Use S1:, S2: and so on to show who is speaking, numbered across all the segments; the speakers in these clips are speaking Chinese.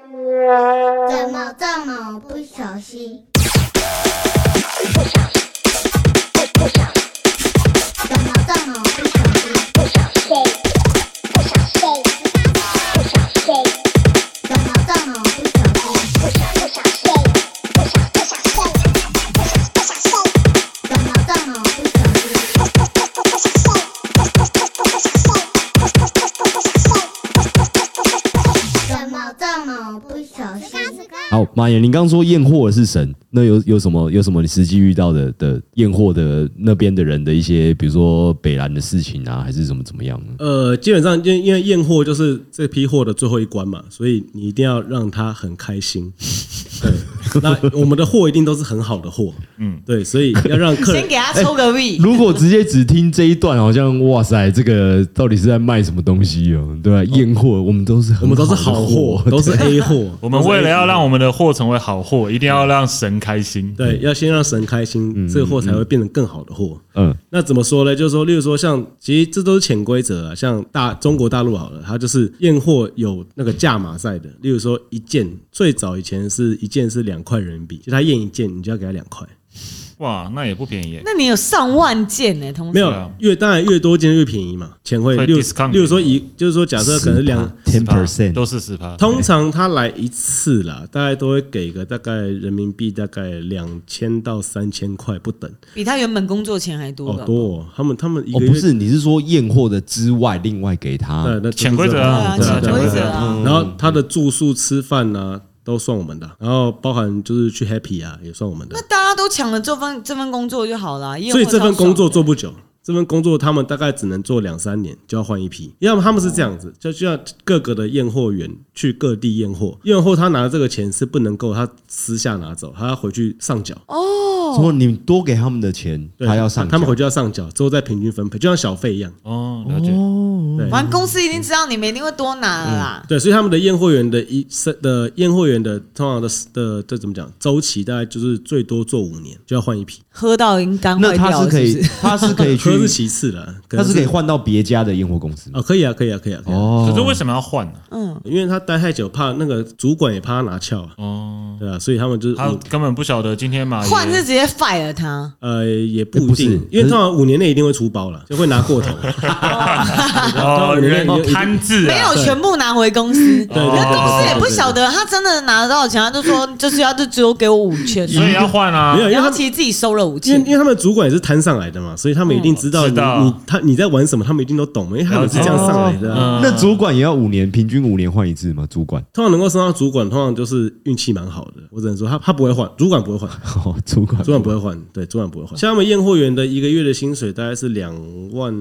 S1: 怎么这么不小心？怎么这么不小心？怎么这么不小心？怎么这么不小心？怎么这么不小心？
S2: 好，马爷，您刚说验货的是神，那有有什么有什么你实际遇到的的验货的那边的人的一些，比如说北兰的事情啊，还是怎么怎么样呢？
S3: 呃，基本上因因为验货就是这批货的最后一关嘛，所以你一定要让他很开 心。对，那我们的货一定都是很好的货，嗯，对，所以要让客人
S4: 先给他抽个 V，
S5: 哎
S2: 如果直接只听这一段，好像哇塞，这个到底是在卖什么东西哦？对吧、验货，我们都是很
S3: 我们都是
S2: 的
S3: 好货，都是 A 货。
S5: 我们为了要让我们的货成为好货，一定要让神开心。
S3: 对，要先让神开心，这个货才会变成更好的货。
S2: 嗯，
S3: 那怎么说呢？就是说，例如说像，其实这都是潜规则啊。像大中国大陆好了，它就是验货有那个价码在的。例如说，一件最早以前是一件是两块人民币，就他验一件，你就要给他两块。
S5: 哇，那也不便宜耶。
S4: 那你有上万件呢、同时
S3: 没有
S5: 啊，
S3: 越当然越多件越便宜嘛，钱会
S5: 会
S3: 例如
S5: discount
S3: 例如说一，就是说假设可能两，
S2: ten
S5: 10%
S2: percent
S5: 都是十趴，哎
S3: 通常他来一次啦，大概都会给个大概人民币大概两千到三千块不等，
S4: 比他原本工作钱还多
S3: 好
S4: 吧？
S3: 多哦。他们他们一
S2: 哦，
S3: 个
S2: 不
S3: 月
S2: 是，你是说验货的之外，另外给
S3: 对
S2: 他，
S3: 那
S5: 潜规则啊，
S4: 对
S5: 对
S4: 啊
S5: 啊，
S4: 潜
S5: 潜
S4: 规
S5: 规
S4: 则
S5: 则
S4: 啊
S5: 啊。
S3: 然后他的住宿、吃饭呐、都算我们的，然后包含就是去 Happy 啊也算我们的
S4: 那。大家都抢了这份这份工作就好了，因为
S3: 所以这份工作
S4: 我超爽
S3: 做不久，这份工作他们大概只能做两三年就要换一批，要么他们是这样子，就就要各个的验货员去各地验货，验货他拿的这个钱是不能够他私下拿走，他要回去上缴。
S2: 哦什么你多给他们的钱，
S3: 对
S2: 他要上，
S3: 他们回。去要上缴，之后再平均分配，就像小费一样。
S5: 哦，了解。
S2: 嗯
S3: 对，
S4: 反正公司一定知道你们一定会多拿了啦。
S3: 对，所以他们的验货员的一生的验货员的通常的的这怎么讲周期大概就是最多做五年就要换一批，
S4: 喝到已经肝
S2: 那
S4: 坏
S2: 他
S4: 掉
S2: 是
S4: 了，
S2: 可以
S4: 是不是？，
S2: 他是可以
S3: 科
S2: 去
S3: 是，其次的，
S2: 他是可
S3: 可
S2: 以
S3: 能
S2: 换到别家的验货公司吗
S3: 哦，可以啊，可以啊，可以啊，可以啊，
S2: 哦
S5: 可是为什么要换呢？
S4: 嗯
S3: 因为他待太久，怕那个主管也怕他拿翘啊，
S5: 哦，
S3: 对啊，所以他们就是
S5: 他
S3: 五
S5: 根本不晓得今天马爷
S4: 换是直接 fire 他，
S3: 呃也不
S2: 也
S3: 一定
S2: 不是，
S3: 因为通常五年内一定会出包了，就会拿过头，
S5: 哦，人
S3: 哦
S5: 贪字
S4: 没
S5: 啊
S4: 有，全部拿回公司。
S3: 对啊对
S4: 那
S3: 对
S4: 公司也
S3: 对
S4: 不
S3: 对对
S4: 晓得，他真的拿得到钱，他就说就是要就只有给我五千，嗯
S5: 所以要换啊
S3: 没。有，因为
S4: 然后
S3: 他
S4: 其实自己收了五
S3: 因为
S4: 千
S3: 因。为他们主管也是摊上来的嘛，所以他们一定知道
S5: 哦
S3: 你
S5: 知道
S3: 你他你在玩什么，他们一定都懂，因为他们是这样上来的啊。
S5: 嗯
S2: 那主管也要五年，平均五年换一次吗？主管，
S3: 通常能够升到主管，通常就是运气蛮好的。我只能说他他不会换，主管不会换，
S2: 哦，主管
S3: 主管不会 换，对，主管不会换。像他们验货员的一个月的薪水大概是两万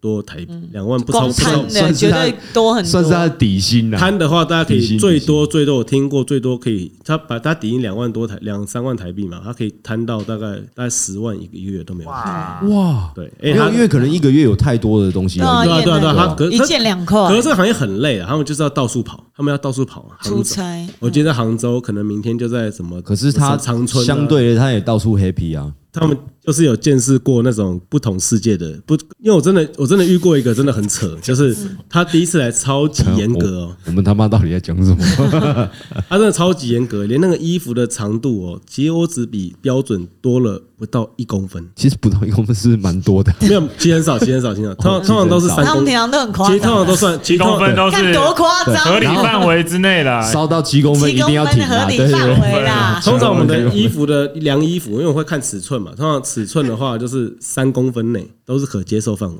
S3: 多台币，
S5: 嗯
S3: 两万不超
S4: 光
S3: 不
S4: 看
S3: 超
S4: 的
S2: 算
S4: 绝
S2: 是他
S4: 对多很多，
S2: 算是他的底薪啊啦。
S3: 摊的话，大家可
S2: 底薪底薪
S3: 以最多最多，我听过最多可以，他把他底薪两万多台两三万台币嘛，他可以摊到大概大概十万一个一个月都没有。
S2: 哇，
S3: 对，
S2: 没
S3: 哎，他
S2: 有，因为可能一个月有太多的东西要
S3: 对
S2: 用
S3: 啊对啊对啊，他可
S4: 一
S3: 他
S4: 件两块，
S3: 可是这个行业很累啊，他们就是要到处跑，他们要到处跑啊，
S4: 出
S3: 杭州
S4: 差
S3: 我今天在杭州，可能明天就在什么，
S2: 可是他
S3: 长春啊
S2: 相对的，他也到处 happy 啊。
S3: 他们就是有见识过那种不同世界的不，因为我真的我真的遇过一个真的很扯，就是
S2: 嗯
S3: 他第一次来超级严格哦，
S2: 我们他妈到底在讲什 么？
S3: 他真的超级严格，连那个衣服的长度哦，其实我只比标准多了不到一公 分，
S2: 其实不到一公分是蛮多的，
S3: 没有，其实很少，其实很哦少，其实很少，通常通常都
S5: 啊
S3: 是三
S4: 他
S3: 公
S4: 们平，常都很夸
S3: 其实通
S4: 张，
S3: 常都算，其
S5: 七
S3: 实通
S5: 公分哦
S3: 常
S5: 都
S4: 看
S5: 是
S4: 多夸张，
S5: 合理
S4: 然后
S5: 范围之内啦。
S3: 哎
S2: 烧到七公分一
S4: 七
S2: 定
S4: 公
S2: 要
S4: 分
S2: 停
S4: 的合
S2: 啊！
S4: 理
S2: 对对
S4: 范
S2: 对，
S4: 围 啦。
S3: 通常我们的衣服的量衣服，因为我会看尺寸嘛，通常尺寸的话就是三公分内都是可接受范围。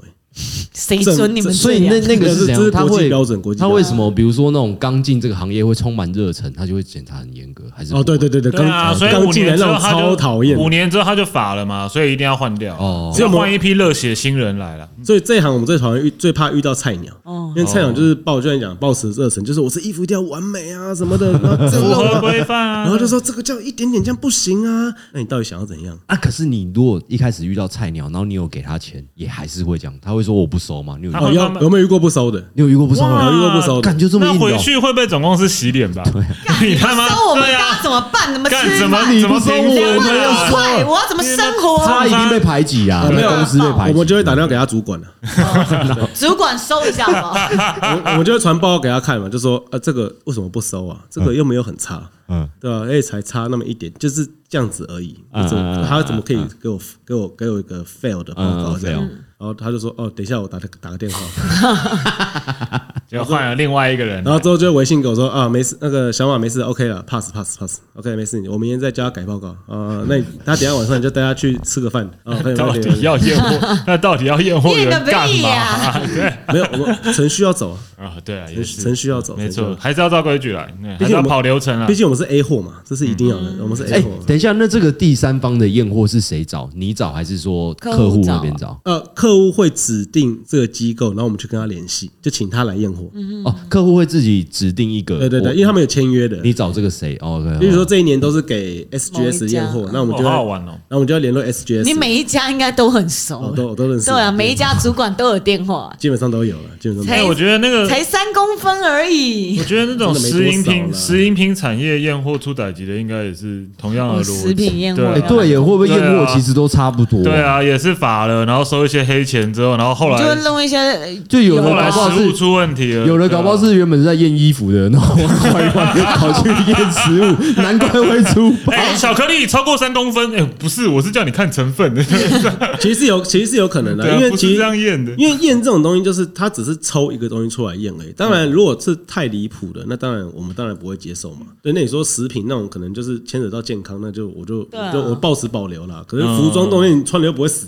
S4: 谁准你们
S2: 所
S4: 这
S2: 以那
S4: 样？
S2: 那个是怎
S3: 啊
S2: 样？
S3: 这是
S2: 他
S3: 国际
S2: 会
S3: 标准国际标
S2: 他
S3: 准
S2: 为什么？比如说那种刚进这个行业会充满热忱，他就会检查很严格，还是
S3: 哦，对对对对，
S5: 对
S3: 刚、
S5: 啊，所以
S3: 刚
S5: 五
S3: 进来
S5: 年之
S3: 让
S5: 后
S3: 我
S5: 他
S3: 超
S5: 就
S3: 讨厌。
S5: 五年之后他就法了嘛，所以一定要换掉。
S2: 哦
S5: 哦，要换一批热血新人来了。
S3: 所以这一行我们最讨厌遇最怕遇到菜鸟，
S4: 哦
S3: 因为
S5: 哦
S3: 菜鸟就是抱就像你讲抱持热忱，就是我这衣服一定要完美啊什么的，然后这
S5: 符合
S3: 弄啊
S5: 规范啊，
S3: 然后就说这个叫一点点这样不行啊，那你到底想要怎样？
S2: 啊，可是你如果一开始遇到菜鸟，然后你有给他钱，也还是会这样。他会说我不收吗？你有遇
S5: 他
S2: 过
S5: 会
S3: 哦，
S5: 慢
S3: 有
S5: 慢
S3: 有没有遇过不收的？
S2: 你有遇过不收
S5: 哇
S2: 吗？
S3: 有遇过不收的
S2: 感就这么
S5: 那
S2: 硬的
S5: 回
S2: 哦、
S5: 去会被总公司洗脸吧？ 你他妈
S4: 收我们
S5: 对
S4: 大家
S5: 啊，
S4: 怎么办？怎么吃
S5: 干
S4: 饭？
S5: 怎么
S2: 你
S5: 怎么
S2: 不收
S5: 评估
S2: 我
S5: 啊
S2: 们要
S4: 我快，我要怎么生活？
S2: 他一定被排挤啊，
S3: 我没有
S2: 公司被排挤，
S3: 我们就会打电话给他主管了，啊
S4: 主管收一 下吧。
S3: 我我们就会传报告给他看嘛，就说呃，这个为什么不收啊？这个又没有很差，
S2: 嗯，
S3: 对吧、啊？哎，才差那么一点，就是这样子而已。
S2: 嗯
S3: 怎么
S2: 嗯嗯
S3: 他怎么可以给我给我给我一个 fail 的报告
S2: 嗯
S3: 这样
S2: fail？
S3: 然后他就说哦，等一下我打个打个电 话，
S5: 就换了另外一个人
S3: 然。后之后就微信给我说啊，没事，那个小马没事，OK 了，pass pass pass，OK、没事，我明天再教他改报告啊、那你他等一下晚上你就带他去吃个饭啊，可以
S5: 到
S3: 没
S5: 底
S3: 问题
S5: 要验货？那到底要验货员
S4: 验个
S5: 干
S4: 屁
S5: 嘛
S4: 呀
S5: 啊？对啊
S3: 没有，我们程序要走啊，，
S5: 对啊，也
S3: 程
S5: 是
S3: 程序要走，
S5: 没
S3: 程序要
S5: 错，
S3: 走。
S5: 还是要照规矩来，对还
S3: 毕
S5: 是
S3: 竟
S5: 要
S3: 我们
S5: 跑流程啊
S3: 毕。竟我们是 A 货嘛，这是一定要
S5: 嗯
S3: 的，我们是
S2: 哎、
S3: A 货。
S2: 等一下，那这个第三方的验货是谁找？你找还是说客户那边找？
S3: 呃，客户会指定这个机构，然后我们去跟他联系，就请他来验货。
S5: 嗯
S2: 哦，客户会自己指定一个，
S3: 对对对，
S2: 我
S3: 因为他们有签约的。
S2: 你找这个谁？哦，比
S3: 比如说这一年都是给
S4: 某
S3: SGS
S4: 一家
S3: 验货，那我们就
S5: 哦
S3: 要
S5: 好好玩哦
S3: 那我们就要联络 SGS。
S4: 你每一家应该都很熟
S3: 哦，都我都认识，
S4: 对啊，每一家主管都有电话，
S3: 基本上都有了，基本上都
S5: 哎，
S4: 才
S5: 我觉得那个
S4: 才三公分而已
S5: 我。觉得那种
S3: 真的没
S5: 食饮
S3: 多少
S5: 品、
S3: 啦
S5: 食饮品产业验货出等级的，应该也是同样的
S4: 哦
S5: 逻辑。
S4: 食品验货
S5: 对
S2: 哎、
S5: 啊
S4: 要
S2: 对耶，会不会验
S5: 对
S2: 货
S5: 啊
S2: 其实都差不多？
S5: 对，啊，也是罚了，然后收一些黑钱之后，然后后
S4: 你就会
S5: 来
S4: 弄一些，呃
S2: 就有
S5: 后
S2: 人
S5: 来
S2: 搞不好
S5: 食物
S2: 是
S5: 出问题了，
S2: 有人搞不好
S5: 对啊
S2: 是原本是在验衣服的，然后换一换跑去验食物，难怪会出包。
S5: 哎，巧克力超过三公分，哎，不是，我是叫你看成 分的，
S3: 其实是有其实是有可能的，
S5: 对啊
S3: 啊因为
S5: 不
S3: 其
S5: 是这
S3: 实
S5: 样验的。
S3: 因为验这种东西，就是它只是抽一个东西出来验而已。当
S5: 嗯
S3: 然，如果是太离谱的，那当然我们当然不会接受嘛。对，那你说食品那种可能就是牵扯到健康，那就我就
S4: 对啊
S3: 我就我抱持保留啦。可是
S5: 嗯
S3: 服装东西你穿了又不会 死，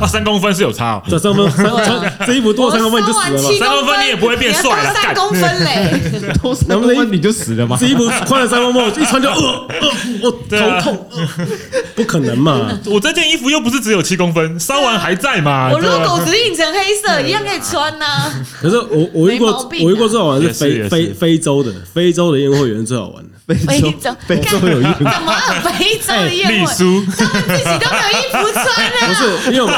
S5: 啊，三公分是有差哦。
S3: 这三分三穿这衣服多了三公分你就死了
S4: 啊
S3: 嘛
S4: 我
S5: 三公
S4: 收完七。
S5: 分你也不会变帅啦
S4: 你还多
S5: 干
S4: 三公分嘞，
S2: 都三公分你就死了吗
S3: 这？衣服穿了三公分，我一穿就呃呃，我
S5: 对啊
S3: 头痛，呃不可能嘛。
S5: 我这件衣服又不是只有七公分，烧完还在嘛？
S4: 啊我如
S5: 啊对
S4: 果
S5: 吧
S4: 狗子印成黑色，一样可以穿啊呐。
S3: 可是我我遇过
S4: 没毛病啊
S3: 我遇过最好玩的是
S5: 也是
S3: 非
S5: 也
S3: 非
S5: 是
S3: 非洲的非洲的验货员是最好玩的。
S4: 非
S2: 非
S4: 洲
S2: 洲非洲有验
S4: 怎么了非洲的宴
S5: 丽
S4: 会？
S5: 苏，
S4: 他们自己都没有衣服穿
S3: 不
S4: 啊！
S3: 是，因为我们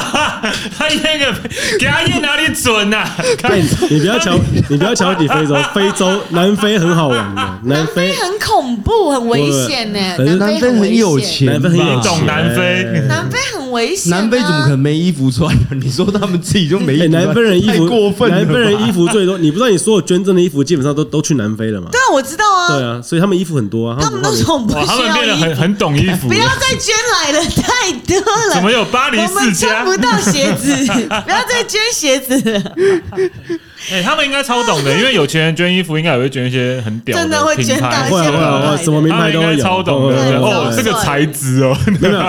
S5: 他验个给他验哪里准啊呐？
S3: 哎，你不要 瞧，你不要瞧不起非洲，非洲南非很好玩的，南非
S4: 非很恐怖，很危险呢。
S3: 对
S4: 南
S2: 南
S4: 非
S2: 非很有
S4: 危险，
S2: 钱啊
S3: 南非
S2: 吧，
S3: 很有
S5: 懂南非
S4: 南非很危险啊。
S2: 南非怎么可能没衣服穿啊？你说他们自己就没衣
S3: 哎，
S2: 服穿，
S3: 南非人衣
S2: 太
S3: 服，
S2: 过分了吧。
S3: 南非人衣服最多，你不知道你所有捐赠的衣服基本上都都去南非了嘛？
S4: 对啊，我知道
S3: 对
S4: 啊，
S3: 啊，所以他们衣服很多啊，
S4: 他们都
S3: 文化
S4: 说我们不
S5: 哇，哦他
S4: 需
S5: 们
S4: 要
S5: 变得
S4: 衣
S5: 很
S4: 服，
S5: 很懂衣服
S4: 不，要再捐来了，太多了。
S5: 怎么有巴黎
S4: 我
S5: 世
S4: 们
S5: 家
S4: 穿？不到鞋 子，不要再捐鞋子了，
S5: 哎、他们应该超懂的， 因为有钱人捐衣服，应该也会捐一些很屌
S4: 真的会
S5: 品
S4: 捐到
S5: 牌
S4: 一。些
S3: 会啊会
S4: 很
S3: 啊
S4: 好
S3: 会啊，
S4: 的
S3: 什么名
S5: 他
S3: 牌
S5: 们
S3: 都
S5: 应该
S3: 有，
S5: 超懂的，
S3: 会啊会
S4: 对
S3: 啊
S5: 哦，
S3: 会啊
S5: 这个材质 哦，
S3: 没有没有，